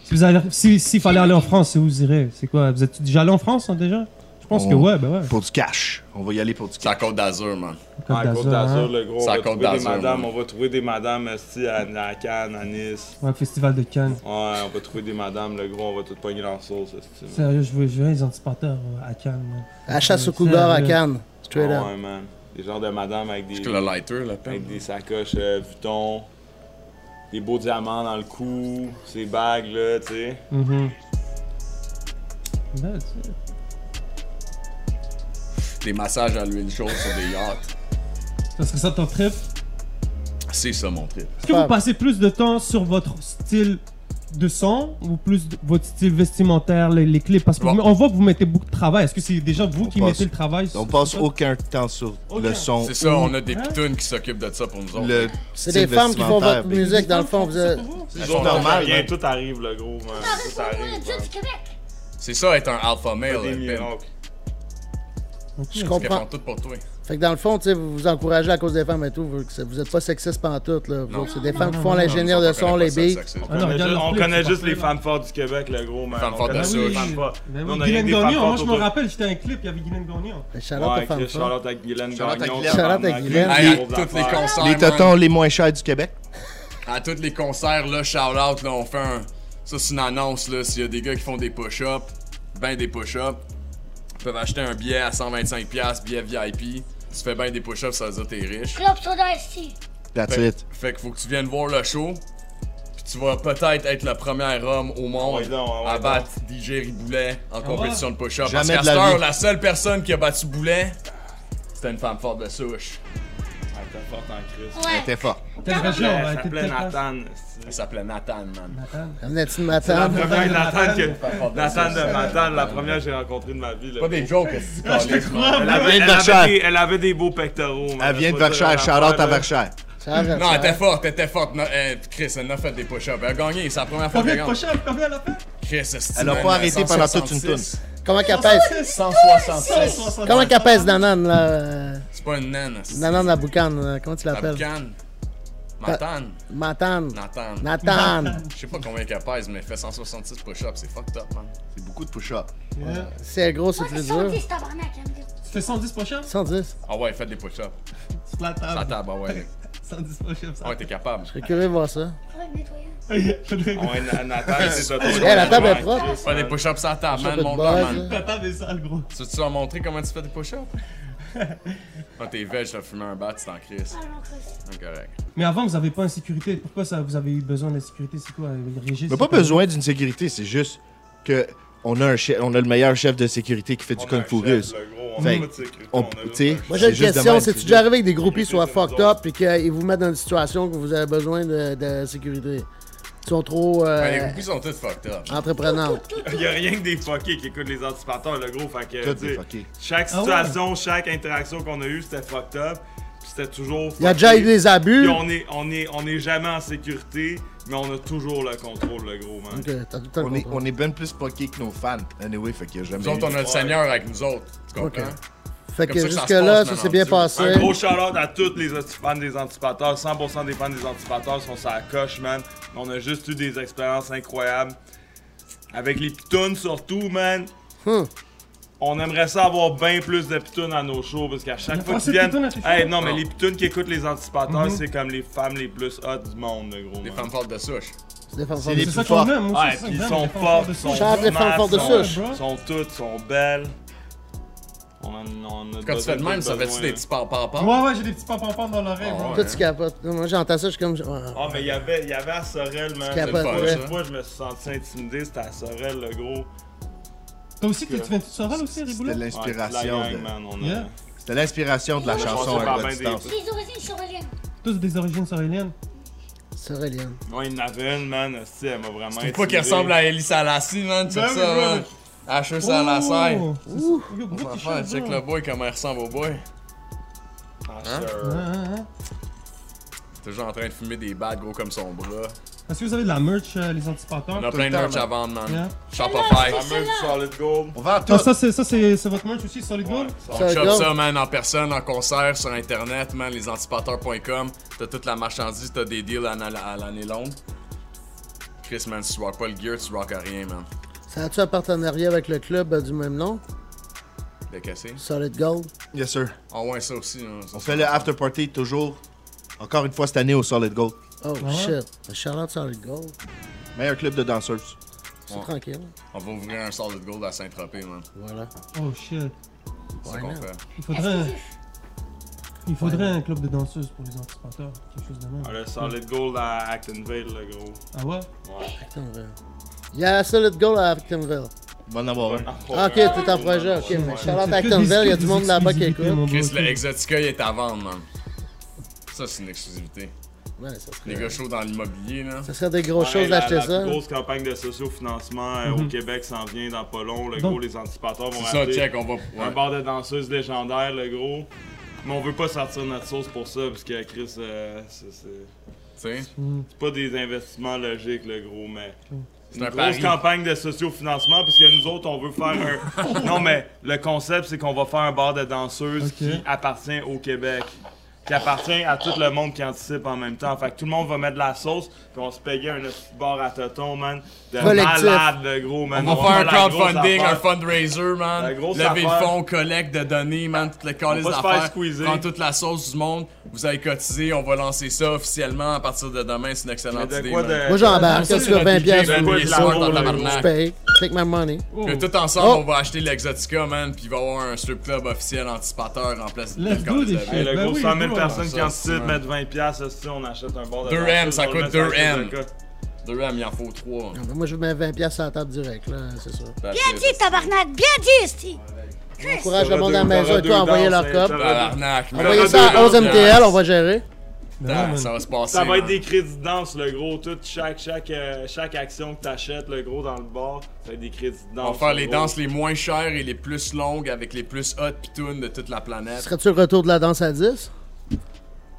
[SPEAKER 1] Si vous allez, si, s'il fallait aller en France, c'est où vous irez C'est quoi Vous êtes déjà allé en France hein, déjà Je pense
[SPEAKER 6] On-
[SPEAKER 1] que ouais, bah ouais.
[SPEAKER 6] Pour du cash. On va y aller pour du
[SPEAKER 3] C'est
[SPEAKER 6] cash.
[SPEAKER 3] la Côte d'Azur, man.
[SPEAKER 1] Côte
[SPEAKER 5] Ah, Côte
[SPEAKER 1] d'Azur,
[SPEAKER 5] d'Azur,
[SPEAKER 1] hein.
[SPEAKER 5] le gros.
[SPEAKER 3] C'est
[SPEAKER 5] On
[SPEAKER 3] la
[SPEAKER 5] va
[SPEAKER 3] Côte
[SPEAKER 5] trouver des
[SPEAKER 3] d'Azur,
[SPEAKER 5] madames,
[SPEAKER 3] man.
[SPEAKER 5] on va trouver des madames, esti, à à Cannes, à Nice.
[SPEAKER 1] Ouais, festival de Cannes.
[SPEAKER 5] Ouais, on va trouver des madames, le gros, on va tout pogner dans la sauce, esti. man.
[SPEAKER 1] Sérieux, je veux, je veux les anticipateurs euh, à Cannes. man.
[SPEAKER 2] À chasse au cougar à Cannes. Straight
[SPEAKER 5] Ah
[SPEAKER 2] up.
[SPEAKER 5] Ouais, man. Des genres de madames avec des,
[SPEAKER 3] Parce que le lighter, là, peine.
[SPEAKER 5] avec des sacoches euh, Vuitton, des beaux diamants dans le cou, ces bagues, là, tu sais.
[SPEAKER 2] Mm-hmm.
[SPEAKER 1] Mhm. Ouais, Ben, tu sais.
[SPEAKER 3] Des massages à l'huile chaude sur des yachts.
[SPEAKER 1] Ça serait ça ton trip
[SPEAKER 3] C'est ça, mon trip.
[SPEAKER 1] Est-ce que vous passez plus de temps sur votre style de son ou plus de- votre style vestimentaire, les, les clips Parce que
[SPEAKER 3] Bon.
[SPEAKER 1] vous- on voit que vous mettez beaucoup de travail. Est-ce que c'est déjà vous
[SPEAKER 6] On
[SPEAKER 1] qui
[SPEAKER 6] passe-
[SPEAKER 1] mettez le travail sur-
[SPEAKER 6] On passe
[SPEAKER 1] sur-
[SPEAKER 6] aucun temps sur
[SPEAKER 1] Aucun.
[SPEAKER 6] le son.
[SPEAKER 3] C'est ça, on a des
[SPEAKER 1] Hein?
[SPEAKER 3] pitounes qui s'occupent de ça pour nous autres.
[SPEAKER 6] le
[SPEAKER 2] C'est
[SPEAKER 6] style
[SPEAKER 2] des femmes qui font
[SPEAKER 6] vestimentaire,
[SPEAKER 2] votre
[SPEAKER 6] puis-
[SPEAKER 2] musique, dans le fond. Vous êtes-
[SPEAKER 6] C'est
[SPEAKER 3] font
[SPEAKER 6] normal.
[SPEAKER 5] Rien,
[SPEAKER 6] man.
[SPEAKER 5] ben, tout arrive, le gros, man. Tout arrive. hein.
[SPEAKER 4] Le Ah, Dieu
[SPEAKER 5] man.
[SPEAKER 4] du Québec.
[SPEAKER 3] C'est ça, être un alpha male,
[SPEAKER 5] Des
[SPEAKER 3] là, peine.
[SPEAKER 5] miracles.
[SPEAKER 1] Ah Ok.
[SPEAKER 2] Je
[SPEAKER 3] Parce qu'ils font
[SPEAKER 2] comprends.
[SPEAKER 3] tout pour toi.
[SPEAKER 2] Fait que dans le fond, tu sais, vous vous encouragez à cause des femmes et tout. Vous vous êtes pas sexiste pantoute, là. Vous autres, C'est des femmes qui font l'ingénieur de son, les
[SPEAKER 3] billes.
[SPEAKER 2] beats.
[SPEAKER 1] Ah non,
[SPEAKER 5] On connaît
[SPEAKER 1] regarde
[SPEAKER 5] juste-
[SPEAKER 1] leur
[SPEAKER 5] on
[SPEAKER 1] clip,
[SPEAKER 5] connaît
[SPEAKER 1] c'est
[SPEAKER 5] juste les
[SPEAKER 1] parfait, là.
[SPEAKER 5] femmes fortes du Québec, le gros, man.
[SPEAKER 3] Femmes
[SPEAKER 5] On
[SPEAKER 3] fortes de
[SPEAKER 5] connaît
[SPEAKER 1] Ah
[SPEAKER 5] juste
[SPEAKER 1] oui,
[SPEAKER 5] les femmes fortes.
[SPEAKER 1] Ben
[SPEAKER 5] Nous,
[SPEAKER 1] oui,
[SPEAKER 5] on a
[SPEAKER 1] Guylaine
[SPEAKER 5] des femmes
[SPEAKER 1] Gagnon, moi
[SPEAKER 5] fortes
[SPEAKER 1] je me
[SPEAKER 5] autour.
[SPEAKER 1] rappelle, j'étais un clip, il y avait Guylaine Gagnon.
[SPEAKER 2] Charlotte aux
[SPEAKER 5] Ouais,
[SPEAKER 2] femmes
[SPEAKER 5] Chris,
[SPEAKER 2] fortes.
[SPEAKER 5] Charlotte avec Guylaine
[SPEAKER 6] Charlotte à
[SPEAKER 5] Gagnon.
[SPEAKER 6] Guylaine.
[SPEAKER 2] Charlotte à
[SPEAKER 5] tabarnak,
[SPEAKER 2] Guylaine.
[SPEAKER 5] les
[SPEAKER 3] Hey, à
[SPEAKER 5] grosses
[SPEAKER 3] tous les
[SPEAKER 5] affaires.
[SPEAKER 3] concerts,
[SPEAKER 6] Les
[SPEAKER 3] man.
[SPEAKER 6] totons les moins chers du Québec.
[SPEAKER 3] À tous les concerts, là, shout out, là, on fait un. Ça, c'est une annonce, là. S'il y a des gars qui font des push-ups, ben des push-ups, ils peuvent acheter un billet à 125$, billet VIP. Tu fais ben des push-ups, ça veut dire que t'es riche.
[SPEAKER 4] Club Soda Esti.
[SPEAKER 6] That's
[SPEAKER 3] Fait,
[SPEAKER 6] it.
[SPEAKER 3] fait qu'il faut que tu viennes voir le show. Puis tu vas peut-être être le premier homme au monde
[SPEAKER 5] Ouais, donc, ouais,
[SPEAKER 3] à
[SPEAKER 5] donc.
[SPEAKER 3] battre DJ Riboulet en compétition de push-up. Parce
[SPEAKER 6] Jamais
[SPEAKER 3] qu'à
[SPEAKER 6] de la
[SPEAKER 3] cette heure,
[SPEAKER 6] vie.
[SPEAKER 3] la seule personne qui a battu Boulet, C'était une femme forte de souche.
[SPEAKER 5] Elle était forte en crise.
[SPEAKER 4] Ouais.
[SPEAKER 6] T'es fort.
[SPEAKER 1] T'as
[SPEAKER 5] Elle
[SPEAKER 1] raison, Oh, ouais, t'es
[SPEAKER 5] s'appelait
[SPEAKER 1] peut-être pas- Ah,
[SPEAKER 5] Nathan.
[SPEAKER 3] Elle s'appelait Nathan, man.
[SPEAKER 2] Elle venait-tu de
[SPEAKER 5] C'est la
[SPEAKER 2] m'attendre?
[SPEAKER 5] première Nathan
[SPEAKER 3] Nathan.
[SPEAKER 5] que. Nathan de Matane, la première que j'ai rencontrée de ma vie. là.
[SPEAKER 3] Pas des jokes, est-ce que tu parles?
[SPEAKER 5] Elle avait,
[SPEAKER 6] vient de
[SPEAKER 5] elle avait
[SPEAKER 6] Verchères.
[SPEAKER 5] des, elle avait des beaux pectoraux. man.
[SPEAKER 6] Elle vient de
[SPEAKER 5] Faut dire la
[SPEAKER 6] Verchères. Shout-out
[SPEAKER 5] affaire, là.
[SPEAKER 6] à Verchères.
[SPEAKER 2] Ça arrête,
[SPEAKER 3] Non,
[SPEAKER 2] ça
[SPEAKER 3] elle était
[SPEAKER 2] arrête.
[SPEAKER 3] forte, elle était forte. Non, elle- Chris, elle en a fait des push-ups. Elle a gagné, c'est la première fois
[SPEAKER 1] Combien
[SPEAKER 3] qu'elle
[SPEAKER 1] de
[SPEAKER 3] gagne.
[SPEAKER 1] pochons, combien elle a fait?
[SPEAKER 3] Chris, c'est
[SPEAKER 6] Elle a pas arrêté pendant toute une toune.
[SPEAKER 2] Comment qu'elle pèse?
[SPEAKER 3] 166.
[SPEAKER 2] Comment qu'elle pèse, Danane, là? euh,
[SPEAKER 3] C'est pas une naine. c'est-
[SPEAKER 2] Danane la boucane, euh, comment tu
[SPEAKER 3] La
[SPEAKER 2] l'appelles?
[SPEAKER 3] boucane. Nathan.
[SPEAKER 2] Matane.
[SPEAKER 3] Nathan.
[SPEAKER 2] Nathan.
[SPEAKER 3] Je sais pas combien qu'elle pèse, mais elle fait 166 push-ups, c'est fucked up, man.
[SPEAKER 6] C'est beaucoup de push-ups.
[SPEAKER 2] Si elle est grosse, c'est
[SPEAKER 4] Moi,
[SPEAKER 2] plus
[SPEAKER 4] c'est
[SPEAKER 2] dur.
[SPEAKER 4] 110 tabarnak, elle me dit.
[SPEAKER 1] Tu fais 110 pochons?
[SPEAKER 2] 110.
[SPEAKER 3] Ah ouais, faites des push-ups.
[SPEAKER 1] Sur la
[SPEAKER 3] À
[SPEAKER 1] table.
[SPEAKER 3] table, ah ouais.
[SPEAKER 1] 110 pochons,
[SPEAKER 3] Ah ouais, t'es capable.
[SPEAKER 2] Je suis curieux de voir ça.
[SPEAKER 4] Faudrait me nettoyer.
[SPEAKER 1] ça.
[SPEAKER 5] Ah Ouais, Na- Nathan, c'est ça.
[SPEAKER 2] Eh, la table est propre.
[SPEAKER 3] Fais des push-ups à table,
[SPEAKER 2] Ça
[SPEAKER 3] man.
[SPEAKER 2] peut te
[SPEAKER 3] Montre-leur,
[SPEAKER 2] base,
[SPEAKER 3] man.
[SPEAKER 2] là.
[SPEAKER 1] La table est sale, gros.
[SPEAKER 3] Tu veux-tu leur montrer comment tu fais des push-ups? Quand t'es veg, t'as fumé un bat, tu t'en crises.
[SPEAKER 4] Ah non, Chris.
[SPEAKER 3] C'est correct.
[SPEAKER 1] Mais avant, vous avez pas une sécurité. Pourquoi ça, vous avez eu besoin de la sécurité? C'est quoi, euh, Régis?
[SPEAKER 6] Mais pas besoin d'une sécurité, c'est juste que on a, un chef, on a le meilleur chef de sécurité qui fait du Kung Fu russe. Fait- on- tu sais,
[SPEAKER 2] Moi, j'ai
[SPEAKER 6] C'est
[SPEAKER 2] une
[SPEAKER 6] juste de
[SPEAKER 2] question.
[SPEAKER 6] même,
[SPEAKER 2] C'est-tu
[SPEAKER 6] c'est
[SPEAKER 2] déjà
[SPEAKER 6] juste-
[SPEAKER 2] arrivé avec des groupies soient
[SPEAKER 5] c'est nous
[SPEAKER 2] fucked up et qu'ils vous mettent dans une situation que vous avez besoin de, de sécurité? Ils sont trop euh,
[SPEAKER 3] Ben, les groupies sont toutes fucked up.
[SPEAKER 4] Ah.
[SPEAKER 2] entreprenantes.
[SPEAKER 5] Y'a rien que des fuckés qui écoutent les anticipateurs, le gros. Fait que,
[SPEAKER 6] Tout
[SPEAKER 5] tu sais,
[SPEAKER 6] des fuckés.
[SPEAKER 5] chaque
[SPEAKER 1] Ah ouais.
[SPEAKER 5] situation, chaque interaction qu'on a eue, c'était fucked up. Puis C'était toujours.
[SPEAKER 2] Il y a
[SPEAKER 5] fucké.
[SPEAKER 2] déjà eu des abus.
[SPEAKER 5] Puis on est, on, est, on est jamais en sécurité, mais on a toujours le contrôle, le gros, man.
[SPEAKER 2] Ok, t'as tout le temps
[SPEAKER 6] On
[SPEAKER 2] le
[SPEAKER 6] est,
[SPEAKER 2] contrôle.
[SPEAKER 6] on est ben plus fuckés que nos fans. Anyway, fait qu'il y a jamais
[SPEAKER 3] Nous autres,
[SPEAKER 6] eu-
[SPEAKER 3] on a le Seigneur avec nous autres. Tu comprends?
[SPEAKER 2] Ok. Fait
[SPEAKER 3] comme
[SPEAKER 2] que
[SPEAKER 3] ça que ça se
[SPEAKER 2] jusque-là,
[SPEAKER 3] passe,
[SPEAKER 2] ça
[SPEAKER 3] man,
[SPEAKER 2] s'est bien
[SPEAKER 3] on dit-
[SPEAKER 2] passé.
[SPEAKER 5] Un gros shout-out à tous les anti- fans des Anticipateurs. 100% des fans des Anticipateurs sont sur la coche, man. On a juste eu des expériences incroyables. Avec les pitounes surtout, man.
[SPEAKER 2] Hmm.
[SPEAKER 5] On aimerait ça avoir bien plus de pitounes à nos shows parce qu'à
[SPEAKER 1] On a
[SPEAKER 5] chaque fois
[SPEAKER 1] passé
[SPEAKER 5] qu'ils
[SPEAKER 1] de
[SPEAKER 5] viennent.
[SPEAKER 1] pitounes à tes shows? Mhm.
[SPEAKER 5] Hey, non, mais
[SPEAKER 3] Non.
[SPEAKER 5] les pitounes qui écoutent les Anticipateurs, c'est comme les femmes les plus hot du monde, le gros.
[SPEAKER 3] Des
[SPEAKER 5] man.
[SPEAKER 3] femmes fortes de souche.
[SPEAKER 2] C'est des femmes
[SPEAKER 1] Ah,
[SPEAKER 2] fortes
[SPEAKER 6] C'est des
[SPEAKER 1] C'est
[SPEAKER 2] de-
[SPEAKER 1] ça
[SPEAKER 6] plus
[SPEAKER 1] qu'on
[SPEAKER 6] forts.
[SPEAKER 1] aime, moi,
[SPEAKER 5] Ouais,
[SPEAKER 1] c'est ça
[SPEAKER 5] puis
[SPEAKER 1] que
[SPEAKER 5] ils
[SPEAKER 1] j'aime,
[SPEAKER 5] sont
[SPEAKER 1] les femmes
[SPEAKER 5] fortes,
[SPEAKER 1] de
[SPEAKER 5] ils sont
[SPEAKER 1] souche.
[SPEAKER 2] Shout out les femmes fortes de
[SPEAKER 5] sont,
[SPEAKER 1] souche.
[SPEAKER 5] sont, toutes, sont belles. On en, on a
[SPEAKER 3] Quand tu fais de même, ça
[SPEAKER 5] besoin,
[SPEAKER 3] fait-tu
[SPEAKER 5] là.
[SPEAKER 3] des petits par par
[SPEAKER 1] Ouais, ouais, j'ai des petits pampons dans l'oreille,
[SPEAKER 3] Ah,
[SPEAKER 1] bro.
[SPEAKER 3] ouais.
[SPEAKER 2] Toi, tu capotes. Moi, j'entends ça, je suis comme. ouais.
[SPEAKER 5] Ah, mais il y avait, il y avait à Sorel, man.
[SPEAKER 2] Tu
[SPEAKER 5] Une
[SPEAKER 2] capotes,
[SPEAKER 5] fois,
[SPEAKER 3] ouais.
[SPEAKER 5] une fois, je me suis senti intimidé, c'était à Sorel, le gros.
[SPEAKER 1] Toi aussi, tu tu viens de Sorel aussi, Riboula?
[SPEAKER 6] C'était l'inspiration.
[SPEAKER 5] Ouais, la gang,
[SPEAKER 6] de-
[SPEAKER 5] man, on a-
[SPEAKER 1] Yeah.
[SPEAKER 6] C'était l'inspiration de la
[SPEAKER 4] Je
[SPEAKER 6] chanson
[SPEAKER 5] pensais pas
[SPEAKER 6] à
[SPEAKER 5] bien
[SPEAKER 6] la
[SPEAKER 5] des
[SPEAKER 6] distance.
[SPEAKER 4] Je suis d'origine sorelienne.
[SPEAKER 1] Tous des origines soréliennes.
[SPEAKER 2] C'est Aurélien.
[SPEAKER 5] Ouais, il y en avait une, man, aussi, elle m'a vraiment
[SPEAKER 3] Faut pas qu'elle ressemble à Ellie Salassi, man. Tu sais
[SPEAKER 5] Ben oui,
[SPEAKER 3] ça,
[SPEAKER 5] bro.
[SPEAKER 3] man. H.E. Salassi.
[SPEAKER 1] Oh, c'est ça. Yo,
[SPEAKER 3] On
[SPEAKER 1] bro,
[SPEAKER 3] va
[SPEAKER 1] t'es
[SPEAKER 3] faire
[SPEAKER 1] chaud,
[SPEAKER 3] check
[SPEAKER 1] bro.
[SPEAKER 3] le boy comment il ressemble au boy.
[SPEAKER 5] Ah,
[SPEAKER 3] Hein?
[SPEAKER 5] sure.
[SPEAKER 1] Hein, hein, hein.
[SPEAKER 3] Toujours en train de fumer des battes gros comme son bras.
[SPEAKER 1] Est-ce que vous avez de la merch, euh, les anticipateurs?
[SPEAKER 3] On a
[SPEAKER 6] Tout
[SPEAKER 3] plein
[SPEAKER 6] le
[SPEAKER 3] de
[SPEAKER 6] temps,
[SPEAKER 3] merch
[SPEAKER 6] man.
[SPEAKER 3] à vendre, man.
[SPEAKER 1] Yeah.
[SPEAKER 3] Shop
[SPEAKER 4] Celle-là,
[SPEAKER 3] off
[SPEAKER 5] La meuf du Solid Gold.
[SPEAKER 6] On vend tout.
[SPEAKER 1] Ah, ça, c'est, ça c'est, c'est votre merch aussi, Solid Gold?
[SPEAKER 2] Ça,
[SPEAKER 3] On chope
[SPEAKER 2] go.
[SPEAKER 3] ça, man, en personne, en concert, sur internet, man, lesantipateurs.com. T'as toute la marchandise, t'as des deals à, à- à l'année longue. Chris, man, si tu rock pas le gear, tu rock à rien, man.
[SPEAKER 2] Ça a-tu un partenariat avec le club euh, du même nom?
[SPEAKER 3] De casser.
[SPEAKER 2] Solid Gold?
[SPEAKER 6] Yes, sir.
[SPEAKER 3] Ah ouais, ça aussi. hein, ça-
[SPEAKER 6] On fait le after party toujours. Encore une fois cette année au Solid Gold.
[SPEAKER 2] Oh
[SPEAKER 1] Ouais.
[SPEAKER 2] shit. Charlotte Solid Gold.
[SPEAKER 6] Meilleur club de danseuses.
[SPEAKER 2] C'est
[SPEAKER 3] Ouais.
[SPEAKER 2] tranquille.
[SPEAKER 3] On va ouvrir un solid gold à Saint-Tropez, man.
[SPEAKER 2] Voilà.
[SPEAKER 1] Oh shit.
[SPEAKER 3] C'est ça
[SPEAKER 2] Why
[SPEAKER 3] qu'on
[SPEAKER 2] not?
[SPEAKER 3] fait.
[SPEAKER 1] Il
[SPEAKER 4] Ah.
[SPEAKER 1] faudrait, un- il faudrait un club de danseuses pour les anticipateurs. Quelque chose de même.
[SPEAKER 5] Ah, le Solid Gold à Actonville, le gros.
[SPEAKER 1] Ah ouais?
[SPEAKER 2] Actonville. Il y a Solid Gold à Actonville.
[SPEAKER 6] On va en avoir un.
[SPEAKER 2] Ah, ok, t'es en projet. Ok, mais Charlotte à Actonville, il y a du monde là-bas qui écoute.
[SPEAKER 3] Chris, le Exotica, il est à vendre, man. Ça, c'est une exclusivité.
[SPEAKER 2] Ouais, ça
[SPEAKER 3] Les
[SPEAKER 2] serait,
[SPEAKER 3] gars chauds dans l'immobilier, là.
[SPEAKER 2] ça serait des grosses choses d'acheter ça.
[SPEAKER 5] La plus grosse campagne de sociofinancement euh, au Québec s'en vient dans pas long. Le
[SPEAKER 1] Donc-
[SPEAKER 5] gros, les anticipateurs vont
[SPEAKER 3] Mhm. C'est ça,
[SPEAKER 5] acheter
[SPEAKER 3] check, on va.
[SPEAKER 5] un
[SPEAKER 3] ouais.
[SPEAKER 5] bar de danseuses légendaire, le gros. Mais on veut pas sortir notre sauce pour ça, parce que Chris, euh, c'est- c'est
[SPEAKER 3] T'sais,
[SPEAKER 5] c'est pas des investissements logiques, le gros, mais.
[SPEAKER 3] C'est
[SPEAKER 5] Une
[SPEAKER 3] un
[SPEAKER 5] grosse
[SPEAKER 3] pari.
[SPEAKER 5] campagne de sociofinancement, parce que nous autres, on veut faire un. non, mais le concept, c'est qu'on va faire un bar de danseuses
[SPEAKER 1] Ok.
[SPEAKER 5] qui appartient au Québec. Qui appartient à tout le monde qui anticipe en même temps. Fait que tout le monde va mettre de la sauce, puis on se payer un petit bar à tonton, man. De
[SPEAKER 2] Collectif.
[SPEAKER 5] malade, le gros, man.
[SPEAKER 3] On va faire un
[SPEAKER 5] la grosse
[SPEAKER 3] crowdfunding, un
[SPEAKER 5] affaire.
[SPEAKER 3] fundraiser, man.
[SPEAKER 5] La grosse
[SPEAKER 3] Lever le
[SPEAKER 5] affaire.
[SPEAKER 3] fonds, collecte de données, man. Toutes les calices
[SPEAKER 5] va se faire
[SPEAKER 3] d'affaires.
[SPEAKER 5] squeezer.
[SPEAKER 3] Prendre toute la sauce du monde. Vous avez cotisé, on va lancer ça officiellement à partir de demain. C'est une
[SPEAKER 5] Mais
[SPEAKER 3] excellente idée,
[SPEAKER 5] de quoi
[SPEAKER 3] man.
[SPEAKER 5] de.
[SPEAKER 2] Moi, j'embarque.
[SPEAKER 3] Ça,
[SPEAKER 2] Qu'est-ce que
[SPEAKER 3] c'est
[SPEAKER 2] tu veux,
[SPEAKER 3] notre
[SPEAKER 2] 20
[SPEAKER 3] idée,
[SPEAKER 2] piastres?
[SPEAKER 3] man,
[SPEAKER 5] pour
[SPEAKER 3] il est
[SPEAKER 5] de
[SPEAKER 3] smart en
[SPEAKER 5] l'amour, là.
[SPEAKER 2] Je
[SPEAKER 3] tabarnak.
[SPEAKER 2] paye. Take my money.
[SPEAKER 3] Puis tout ensemble,
[SPEAKER 2] Oh.
[SPEAKER 3] on va acheter l'Exotica, man, puis il va y avoir un strip club officiel anticipateur en place de
[SPEAKER 1] Let's
[SPEAKER 3] tel
[SPEAKER 1] go,
[SPEAKER 3] qu'on les
[SPEAKER 1] des
[SPEAKER 3] avait.
[SPEAKER 1] filles.
[SPEAKER 5] Hey, le
[SPEAKER 1] Ben
[SPEAKER 5] gros,
[SPEAKER 1] oui,
[SPEAKER 5] 100 000
[SPEAKER 1] gros.
[SPEAKER 5] personnes qui
[SPEAKER 3] Ah, Ça,
[SPEAKER 5] anticipent
[SPEAKER 3] c'est-
[SPEAKER 5] mettent 20$, piastres, si on achète un bar de.
[SPEAKER 3] 2
[SPEAKER 5] danseuses,
[SPEAKER 3] M, ça
[SPEAKER 5] on
[SPEAKER 3] coûte
[SPEAKER 5] le met sur la
[SPEAKER 3] 2
[SPEAKER 5] chaise de
[SPEAKER 3] M.
[SPEAKER 5] coque.
[SPEAKER 3] 2M, il en faut 3.
[SPEAKER 2] Moi, je mets 20 piastres sur la table direct, là, c'est ça.
[SPEAKER 4] Bien dit, tabarnak, bien dit, esti. Chris.
[SPEAKER 2] Encourage le monde à la
[SPEAKER 5] T'auras deux-
[SPEAKER 2] maison et
[SPEAKER 5] t'auras
[SPEAKER 2] tout à
[SPEAKER 5] deux
[SPEAKER 2] envoyer
[SPEAKER 5] danses,
[SPEAKER 2] leur
[SPEAKER 5] hein,
[SPEAKER 2] cop.
[SPEAKER 5] t'auras-
[SPEAKER 3] Ah, l'arnaque, man.
[SPEAKER 2] Envoyez
[SPEAKER 5] deux
[SPEAKER 2] ça à
[SPEAKER 5] danses.
[SPEAKER 2] 11 MTL, on va gérer.
[SPEAKER 3] Putain, Ça va se passer.
[SPEAKER 5] Ça va être
[SPEAKER 3] man.
[SPEAKER 5] des crédits de danse, le gros. Toute chaque, chaque, euh, chaque action que t'achètes, le gros, dans le bar, ça va être des crédits de danse.
[SPEAKER 3] On va faire
[SPEAKER 5] le
[SPEAKER 3] les
[SPEAKER 5] gros.
[SPEAKER 3] danses les moins chères et les plus longues avec les plus hot pitounes de toute la planète.
[SPEAKER 2] Serais-tu le retour de la danse à 10?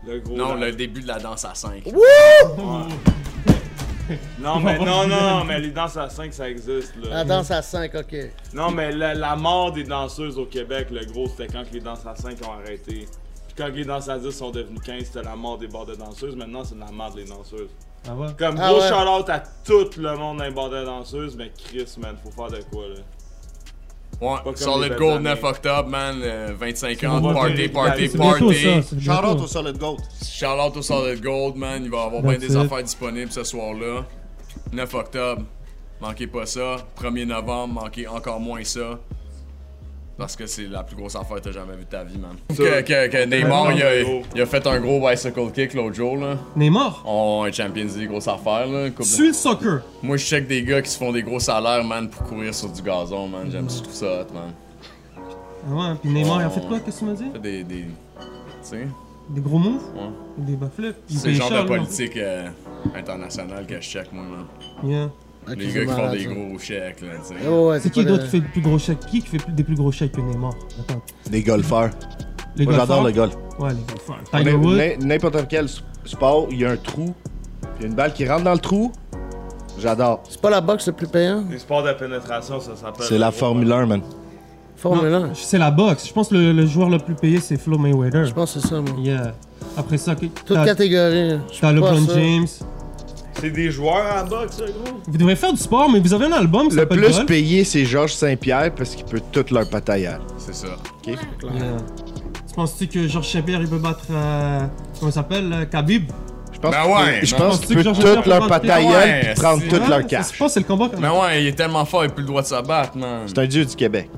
[SPEAKER 5] Le gros.
[SPEAKER 3] Non,
[SPEAKER 5] dans-
[SPEAKER 3] le début de la danse à 5.
[SPEAKER 5] Non, mais non, non, mais les danses à 5, ça existe, là.
[SPEAKER 2] La danse à 5, ok.
[SPEAKER 5] Non, mais la, la mort des danseuses au Québec, le gros, c'était quand que les danses à 5 ont arrêté. Puis quand que les danses à 10 sont devenues 15, c'était la mort des bars de danseuses. Maintenant, c'est la mort des danseuses.
[SPEAKER 1] Ah ouais?
[SPEAKER 5] Comme
[SPEAKER 2] Ah
[SPEAKER 5] gros
[SPEAKER 2] ouais.
[SPEAKER 5] shout-out à tout le monde dans les bars de danseuses, mais Chris, man, faut faire de quoi, là.
[SPEAKER 3] Ouais,
[SPEAKER 5] comme les
[SPEAKER 3] solid
[SPEAKER 5] belles
[SPEAKER 3] gold
[SPEAKER 5] années.
[SPEAKER 3] 9 octobre, man. euh, 25 ans,
[SPEAKER 5] bientôt
[SPEAKER 3] party,
[SPEAKER 5] ça.
[SPEAKER 3] party,
[SPEAKER 5] C'est
[SPEAKER 1] Bientôt
[SPEAKER 3] party.
[SPEAKER 1] ça. c'est
[SPEAKER 6] Shout
[SPEAKER 1] bientôt.
[SPEAKER 6] out au Solid Gold.
[SPEAKER 3] Shout out au solid gold, man. Il va y avoir bien
[SPEAKER 1] That's
[SPEAKER 3] des
[SPEAKER 1] it.
[SPEAKER 3] affaires disponibles ce soir-là. 9 octobre, manquez pas ça. 1er novembre, manquez encore moins ça. Parce que c'est la plus grosse affaire que t'as jamais vue de ta vie, man. Que, que, que Neymar, il a, il a fait un gros bicycle kick l'autre jour, là.
[SPEAKER 1] Neymar,
[SPEAKER 3] On est Champions League, grosse affaire, là. Coupe de-
[SPEAKER 1] suis le soccer.
[SPEAKER 3] Moi, je check des gars qui se font des gros salaires, man, pour courir sur du gazon, man.
[SPEAKER 2] Mm.
[SPEAKER 3] J'aime, je trouve ça hot, man.
[SPEAKER 1] Ah ouais, puis Neymar, il a fait quoi, qu'est-ce que tu m'as dit?
[SPEAKER 3] Fait Des. des tu sais,
[SPEAKER 1] Des gros moves?
[SPEAKER 3] Ouais.
[SPEAKER 1] Des backflips? Il
[SPEAKER 3] c'est
[SPEAKER 1] paye
[SPEAKER 3] le genre
[SPEAKER 1] cher,
[SPEAKER 3] de
[SPEAKER 1] là.
[SPEAKER 2] hein.
[SPEAKER 3] politique euh, internationale que je check, moi, man.
[SPEAKER 1] Yeah.
[SPEAKER 2] Ok,
[SPEAKER 3] Les
[SPEAKER 2] c'est
[SPEAKER 3] gars qui font
[SPEAKER 2] Ah, malade,
[SPEAKER 3] des
[SPEAKER 2] ça. Oh.
[SPEAKER 3] gros chèques, là, tu sais.
[SPEAKER 2] Ouais, ouais,
[SPEAKER 1] C'est qui
[SPEAKER 2] pas
[SPEAKER 1] d'autre
[SPEAKER 2] de-
[SPEAKER 1] qui fait le plus gros chèque? Qui qui fait plus- des plus gros chèques que Neymar? Attends.
[SPEAKER 6] Les golfeurs.
[SPEAKER 1] Les
[SPEAKER 6] Moi, j'adore
[SPEAKER 1] golfeurs?
[SPEAKER 6] le golf.
[SPEAKER 1] Ouais, les golfeurs.
[SPEAKER 6] On
[SPEAKER 1] Tiger
[SPEAKER 6] est-
[SPEAKER 1] Woods.
[SPEAKER 6] n'im- N'importe quel s- sport, il y a un trou. Il y a une balle qui rentre dans le trou. J'adore.
[SPEAKER 2] C'est pas la boxe le plus payant?
[SPEAKER 5] Les sports de pénétration, ça s'appelle.
[SPEAKER 6] C'est la Formule 1, man.
[SPEAKER 2] Formule
[SPEAKER 1] Non,
[SPEAKER 2] 1. Je
[SPEAKER 1] C'est la boxe. Je pense que le, le joueur le plus payé, c'est Flo Mayweather.
[SPEAKER 2] pense que c'est ça, moi.
[SPEAKER 1] Yeah. Après ça, que-
[SPEAKER 2] Toute
[SPEAKER 1] t'as
[SPEAKER 2] catégorie. hein. Je suis
[SPEAKER 1] t'as
[SPEAKER 2] pas
[SPEAKER 1] LeBron
[SPEAKER 2] sûr.
[SPEAKER 1] James.
[SPEAKER 5] C'est des joueurs à la boxe, le gros.
[SPEAKER 1] Vous devrez faire du sport, mais vous avez un album qui
[SPEAKER 6] Le
[SPEAKER 1] s'appelle
[SPEAKER 6] plus
[SPEAKER 1] Golf.
[SPEAKER 6] payé, c'est Georges Saint-Pierre parce qu'il peut toute leur patayale.
[SPEAKER 3] C'est ça.
[SPEAKER 1] Yeah. Tu penses-tu que Georges Saint-Pierre, il peut battre. euh, comment il s'appelle euh, Khabib
[SPEAKER 6] Je pense
[SPEAKER 3] Ben
[SPEAKER 6] qu'il
[SPEAKER 3] ouais,
[SPEAKER 6] peut- je
[SPEAKER 3] ben-
[SPEAKER 6] pense
[SPEAKER 1] Penses-tu
[SPEAKER 6] qu'il
[SPEAKER 1] que
[SPEAKER 6] peut
[SPEAKER 1] Georges
[SPEAKER 6] toute
[SPEAKER 1] Saint-Pierre
[SPEAKER 6] leur
[SPEAKER 1] peut battre-
[SPEAKER 6] patayale
[SPEAKER 3] Ouais,
[SPEAKER 6] puis prendre
[SPEAKER 3] c'est-
[SPEAKER 6] toute
[SPEAKER 1] Ouais,
[SPEAKER 6] leur
[SPEAKER 1] ça, Je
[SPEAKER 6] cash.
[SPEAKER 1] pense que c'est le combat quand
[SPEAKER 3] Mais
[SPEAKER 1] même.
[SPEAKER 3] ouais, il est tellement fort, il a plus le droit de se battre, man.
[SPEAKER 6] C'est un dieu du Québec.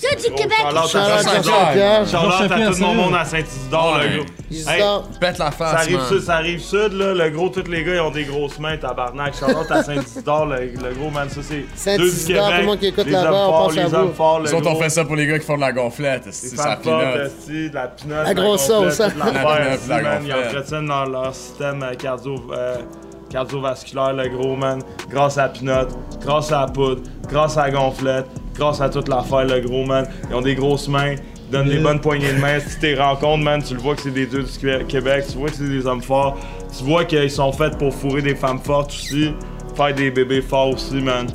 [SPEAKER 4] Dieu du Québec.
[SPEAKER 5] Shout-out à
[SPEAKER 2] Charles
[SPEAKER 3] Saint-Pierre.
[SPEAKER 2] Saint-Pierre.
[SPEAKER 5] Charlotte,
[SPEAKER 1] Saint-Pierre,
[SPEAKER 5] à tout mon
[SPEAKER 1] sérieux.
[SPEAKER 5] monde à Saint-Isidore,
[SPEAKER 3] Ouais.
[SPEAKER 5] le gros.
[SPEAKER 2] Ils
[SPEAKER 5] Hey,
[SPEAKER 2] sortent.
[SPEAKER 3] Pète la face,
[SPEAKER 5] Ça arrive
[SPEAKER 3] man.
[SPEAKER 5] sud, ça arrive sud, là. Le gros, tous les gars, ils ont des grosses mains, tabarnak. Charlotte à Saint-Isidore, le, le gros, man, ça c'est.
[SPEAKER 2] Saint-Isidore,
[SPEAKER 5] Deux du
[SPEAKER 2] tout le monde qui
[SPEAKER 5] Québec,
[SPEAKER 2] écoute
[SPEAKER 5] les
[SPEAKER 2] là-bas,
[SPEAKER 5] hommes
[SPEAKER 2] on
[SPEAKER 5] forts,
[SPEAKER 2] pense à
[SPEAKER 5] Les
[SPEAKER 2] vous.
[SPEAKER 5] hommes forts, le
[SPEAKER 3] Nous autres,
[SPEAKER 5] gros.
[SPEAKER 3] on fait ça pour les gars qui font de la gonflette.
[SPEAKER 5] Les
[SPEAKER 3] C'est ça,
[SPEAKER 5] femmes euh, fortes,
[SPEAKER 3] pinote.
[SPEAKER 5] esti, de la pinotte.
[SPEAKER 2] La grosse
[SPEAKER 5] gonflette,
[SPEAKER 2] sauce, hein.
[SPEAKER 5] toute
[SPEAKER 3] La
[SPEAKER 5] l'affaire,
[SPEAKER 3] pinotte,
[SPEAKER 5] esti,
[SPEAKER 3] la
[SPEAKER 5] man, Ils
[SPEAKER 3] gonflette.
[SPEAKER 5] entretiennent dans leur système euh, cardio. euh, cardiovasculaire, le gros man, grâce à la pinotte, grâce à la poudre, grâce à la gonflette, grâce à toute l'affaire, le gros man. Ils ont des grosses mains, ils donnent des bonnes poignées de main. Si tu les rencontres, man, tu le vois que c'est des dieux du Qué- Québec, tu vois que c'est des hommes forts, tu vois qu'ils sont faits pour fourrer des femmes fortes aussi, faire des bébés forts aussi, man.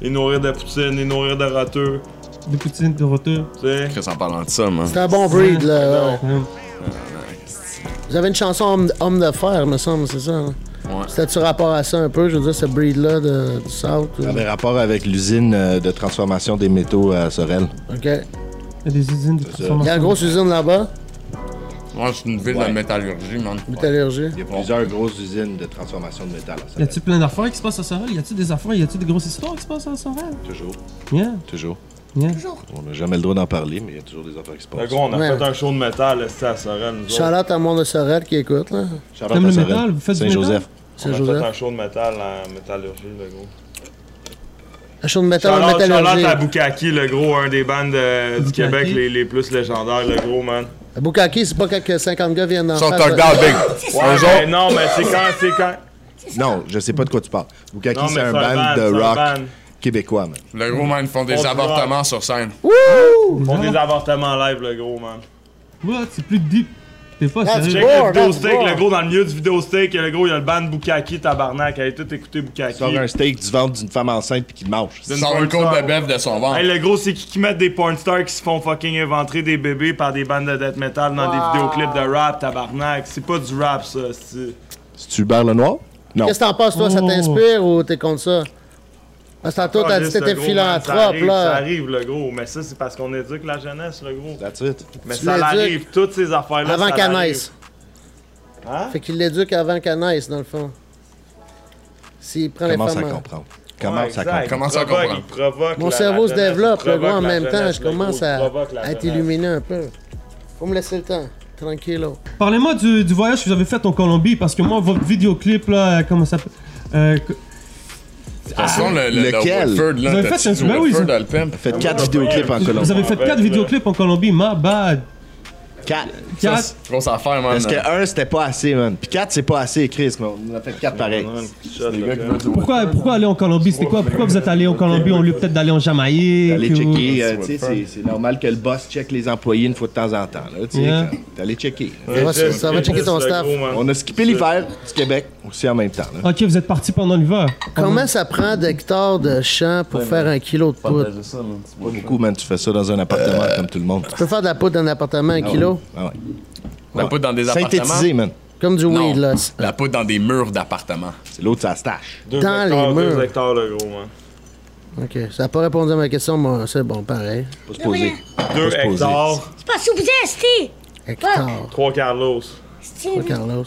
[SPEAKER 5] Les nourrir de poutine, les nourrir de roteux,
[SPEAKER 1] De Poutine, de Rotter.
[SPEAKER 5] tu sais.
[SPEAKER 3] Chris, en parlant de ça, man.
[SPEAKER 2] C'est un bon breed, là. ouais.
[SPEAKER 1] Ouais.
[SPEAKER 2] Vous avez une chanson Homme, Homme de fer, me semble, c'est ça? hein?
[SPEAKER 3] Ouais.
[SPEAKER 2] C'était-tu rapport à ça un peu, je veux dire, ce breed-là de- du South? euh, ou-
[SPEAKER 6] Ça avait rapport avec l'usine euh, de transformation des métaux à Sorel.
[SPEAKER 2] OK. Il
[SPEAKER 1] Il y a des usines de
[SPEAKER 2] y a une
[SPEAKER 1] transformation.
[SPEAKER 2] grosse usine là-bas,
[SPEAKER 3] Ouais, c'est une ville de
[SPEAKER 6] Ouais.
[SPEAKER 3] métallurgie, man.
[SPEAKER 2] métallurgie.
[SPEAKER 6] Il y a plusieurs grosses usines de transformation de métal à
[SPEAKER 1] Y
[SPEAKER 6] Sorel.
[SPEAKER 1] a-tu plein d'affaires qui se passent à Sorel Y a-tu des affaires Y a-tu des grosses histoires qui se passent à Sorel
[SPEAKER 6] Toujours,
[SPEAKER 1] Yeah,
[SPEAKER 6] toujours.
[SPEAKER 1] yeah.
[SPEAKER 6] On n'a jamais le droit d'en parler, mais il y a toujours des affaires qui se
[SPEAKER 5] Le
[SPEAKER 6] passent.
[SPEAKER 5] gros, on a
[SPEAKER 2] Ouais.
[SPEAKER 5] fait un show de métal, esti, à Sorel, nous autres.
[SPEAKER 2] Charlotte à Mont de Sorel qui écoute, là.
[SPEAKER 6] Shout-out
[SPEAKER 1] T'aimes
[SPEAKER 6] à
[SPEAKER 1] le
[SPEAKER 6] Sorel.
[SPEAKER 1] métal? Vous faites du métal?
[SPEAKER 6] Saint-Joseph.
[SPEAKER 2] C'est
[SPEAKER 5] On a fait
[SPEAKER 2] Joseph.
[SPEAKER 5] un show de métal en métallurgie, le gros.
[SPEAKER 2] La show de métal en
[SPEAKER 5] Charlotte, Charlotte à
[SPEAKER 2] métallurgie.
[SPEAKER 5] Bukaki, le gros, un des bands euh, du
[SPEAKER 1] Bukaki.
[SPEAKER 5] Québec les, les plus légendaires, le gros, man.
[SPEAKER 2] À Bukaki, c'est pas quand 50 gars viennent d'en
[SPEAKER 3] Ils sont
[SPEAKER 2] face,
[SPEAKER 3] knocked
[SPEAKER 2] là.
[SPEAKER 3] out, big.
[SPEAKER 5] Ouais,
[SPEAKER 3] Un jour,
[SPEAKER 5] mais non, mais c'est quand, c'est
[SPEAKER 2] Hein?
[SPEAKER 5] quand.
[SPEAKER 6] Non, je sais pas de quoi tu parles.
[SPEAKER 5] Non,
[SPEAKER 6] Bukaki,
[SPEAKER 5] mais
[SPEAKER 6] c'est un
[SPEAKER 5] c'est un
[SPEAKER 6] band
[SPEAKER 5] band, c'est
[SPEAKER 6] de
[SPEAKER 5] un
[SPEAKER 6] rock
[SPEAKER 5] band.
[SPEAKER 6] québécois, man.
[SPEAKER 3] le gros man, ils font
[SPEAKER 5] On
[SPEAKER 3] des
[SPEAKER 5] se
[SPEAKER 3] avortements sur scène.
[SPEAKER 5] Ils font des avortements live, le gros, man.
[SPEAKER 1] What C'est plus deep. T'es pas
[SPEAKER 2] That's
[SPEAKER 1] sérieux.
[SPEAKER 5] Check
[SPEAKER 2] Wow,
[SPEAKER 5] le vidéo
[SPEAKER 2] that's
[SPEAKER 5] steak,
[SPEAKER 2] wow.
[SPEAKER 5] le gros, dans le milieu du vidéo steak, le gros, il y a le band Bukaki, tabarnak. Allez tout écouter
[SPEAKER 6] Il
[SPEAKER 5] Bukaki.
[SPEAKER 6] sort un steak du ventre d'une femme enceinte puis qu'il le mange.
[SPEAKER 5] D'une
[SPEAKER 3] Sort
[SPEAKER 5] porn
[SPEAKER 3] une côte de
[SPEAKER 5] star.
[SPEAKER 3] bœuf de son
[SPEAKER 5] Hey,
[SPEAKER 3] ventre.
[SPEAKER 5] le gros, c'est qui qui met des porn stars qui se font fucking éventrer des bébés par des bandes de death metal dans des vidéoclips de rap, tabarnak. C'est pas du rap, ça, c'est.
[SPEAKER 6] C'est-tu Hubert Lenoir? Non.
[SPEAKER 2] Qu'est-ce que t'en penses, toi? Ça
[SPEAKER 1] Oh.
[SPEAKER 2] t'inspire ou t'es contre ça? Parce que tantôt, t'as dit que
[SPEAKER 5] Caliste,
[SPEAKER 2] t'étais
[SPEAKER 5] le Ah, gros, man, ça
[SPEAKER 2] philanthrope,
[SPEAKER 5] arrive, Ça
[SPEAKER 2] là.
[SPEAKER 5] arrive, le gros, mais ça, c'est parce qu'on éduque la jeunesse, le gros.
[SPEAKER 6] That's it.
[SPEAKER 5] Mais
[SPEAKER 2] Tu
[SPEAKER 5] ça
[SPEAKER 2] l'éduques
[SPEAKER 5] l'arrive, toutes ces affaires-là.
[SPEAKER 2] Avant
[SPEAKER 5] ça
[SPEAKER 2] qu'elle
[SPEAKER 5] l'arrive.
[SPEAKER 2] naisse.
[SPEAKER 5] Hein?
[SPEAKER 2] Fait qu'il l'éduque avant qu'elle naisse, dans le fond. S'il prend les
[SPEAKER 6] Commence à
[SPEAKER 2] femmes...
[SPEAKER 1] hein.
[SPEAKER 2] en-
[SPEAKER 6] comprendre. Commence à
[SPEAKER 5] exact.
[SPEAKER 6] comprendre.
[SPEAKER 3] Commence à
[SPEAKER 5] Il provoque,
[SPEAKER 3] comprendre.
[SPEAKER 5] il provoque
[SPEAKER 2] Mon
[SPEAKER 5] la-
[SPEAKER 2] cerveau
[SPEAKER 5] la
[SPEAKER 2] se
[SPEAKER 5] jeunesse,
[SPEAKER 2] développe,
[SPEAKER 5] il
[SPEAKER 2] le gars, en
[SPEAKER 5] provoque
[SPEAKER 2] même
[SPEAKER 5] la
[SPEAKER 2] temps,
[SPEAKER 5] jeunesse,
[SPEAKER 2] je
[SPEAKER 5] le gros,
[SPEAKER 2] commence
[SPEAKER 5] il
[SPEAKER 2] à,
[SPEAKER 5] provoque la
[SPEAKER 2] à être
[SPEAKER 5] jeunesse.
[SPEAKER 2] illuminé un peu. Faut me laisser le temps, tranquillo.
[SPEAKER 1] Parlez-moi du, du voyage que vous avez fait en Colombie parce que moi, votre vidéoclip là, euh, comment ça s'appelle Euh, que-
[SPEAKER 3] toute façon, le, le, le
[SPEAKER 6] Lequel?
[SPEAKER 3] Woodford, là,
[SPEAKER 1] Vous avez
[SPEAKER 3] t'as
[SPEAKER 1] fait un-
[SPEAKER 3] dit
[SPEAKER 1] ben oui,
[SPEAKER 3] Woodford
[SPEAKER 1] ils ont-
[SPEAKER 3] dans le pimp.
[SPEAKER 6] Faites 4 vidéoclips en
[SPEAKER 1] Vous
[SPEAKER 6] Colombie.
[SPEAKER 1] avez fait 4 vidéoclips en Colombie, ma bad.
[SPEAKER 6] 4.
[SPEAKER 3] Ça,
[SPEAKER 1] 4.
[SPEAKER 3] c'est grosse affaire, man.
[SPEAKER 6] Parce que 1, c'était pas assez, man. Puis 4, c'est pas assez, Chris, mais on a fait 4 pareil.
[SPEAKER 3] Les gars qui veulent du
[SPEAKER 1] Pourquoi, pourquoi aller en Colombie C'était quoi Pourquoi vous êtes allé en Colombie On lieu peut-être d'aller en Jamaïque
[SPEAKER 6] T'allais
[SPEAKER 1] ou-
[SPEAKER 6] checker, euh, tu sais, c'est- c'est normal que le boss check les employés une fois de temps en temps, là, tu sais.
[SPEAKER 1] Yeah.
[SPEAKER 6] comme, T'allais checker. là.
[SPEAKER 2] Ça va- ça- ça va checker ton staff.
[SPEAKER 6] On a skippé l'hiver du Québec aussi en même temps, là.
[SPEAKER 1] Ok, vous êtes parti pendant l'hiver.
[SPEAKER 2] Comment ça prend d'hectares de champ pour faire un kilo de poudre?
[SPEAKER 3] Partager ça, man. C'est
[SPEAKER 6] Pas beaucoup, man, tu fais ça dans un appartement comme tout le monde.
[SPEAKER 2] Tu peux faire de la poudre dans un appartement, un kilo?
[SPEAKER 6] Ah ouais.
[SPEAKER 3] La poudre Ben, dans des appartements.
[SPEAKER 6] Synthétisé, man.
[SPEAKER 2] Comme du
[SPEAKER 3] Non,
[SPEAKER 2] weed, là.
[SPEAKER 3] la poudre dans des murs d'appartements.
[SPEAKER 6] C'est l'autre, ça se tâche.
[SPEAKER 5] Deux
[SPEAKER 2] Dans
[SPEAKER 5] hectares,
[SPEAKER 2] les murs.
[SPEAKER 5] Deux hectares, le gros, man.
[SPEAKER 2] OK, ça n'a pas répondu à ma question, mais c'est bon, pareil.
[SPEAKER 6] Faut se poser.
[SPEAKER 5] Deux
[SPEAKER 6] se poser.
[SPEAKER 5] hectares,
[SPEAKER 4] C'est pas sous esti.
[SPEAKER 2] Hectare,
[SPEAKER 5] trois Carlos.
[SPEAKER 4] Esti,
[SPEAKER 2] pas Carlos.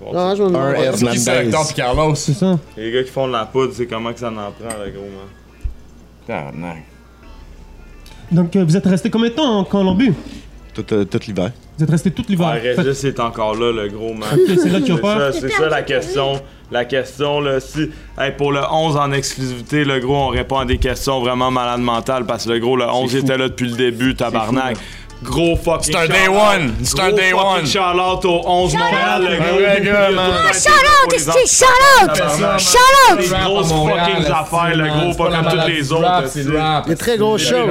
[SPEAKER 2] Non, je me
[SPEAKER 6] Un
[SPEAKER 2] demande pas.
[SPEAKER 3] Qui c'est
[SPEAKER 6] Hernandez.
[SPEAKER 3] Hector puis Carlos?
[SPEAKER 1] C'est ça.
[SPEAKER 5] Les gars qui font de la poudre, c'est comment que ça en prend, le gros, man.
[SPEAKER 3] Tabarnak.
[SPEAKER 1] Donc euh, vous êtes resté combien de temps en Colombie
[SPEAKER 6] Tout, euh, tout l'hiver.
[SPEAKER 1] Vous êtes resté tout l'hiver.
[SPEAKER 5] Ah, Régis est encore là, le gros man.
[SPEAKER 1] c'est là qu'il a
[SPEAKER 5] C'est
[SPEAKER 1] peur.
[SPEAKER 5] ça, C'est ça la question. La question, là, si. Hey, pour le 11 en exclusivité, le gros, on répond à des questions vraiment malades mentales parce que le gros, le 11 il était là depuis le début, tabarnak. Gros fucking.
[SPEAKER 3] C'est un day
[SPEAKER 5] shout-out.
[SPEAKER 3] one. C'est un
[SPEAKER 5] Gros
[SPEAKER 3] day
[SPEAKER 5] fucking
[SPEAKER 3] one.
[SPEAKER 5] Shout-out au 11 Montréal, le gros.
[SPEAKER 3] ouais,
[SPEAKER 5] depuis
[SPEAKER 3] gars,
[SPEAKER 5] le
[SPEAKER 3] man.
[SPEAKER 5] début,
[SPEAKER 3] Ah,
[SPEAKER 5] pour
[SPEAKER 4] Charlotte,
[SPEAKER 5] les
[SPEAKER 4] esti, Charlotte!
[SPEAKER 5] enfants.
[SPEAKER 4] Charlotte!
[SPEAKER 5] Des grosses fucking affaires, le gros, pas comme toutes les autres. esti.
[SPEAKER 2] Des très grosses choses.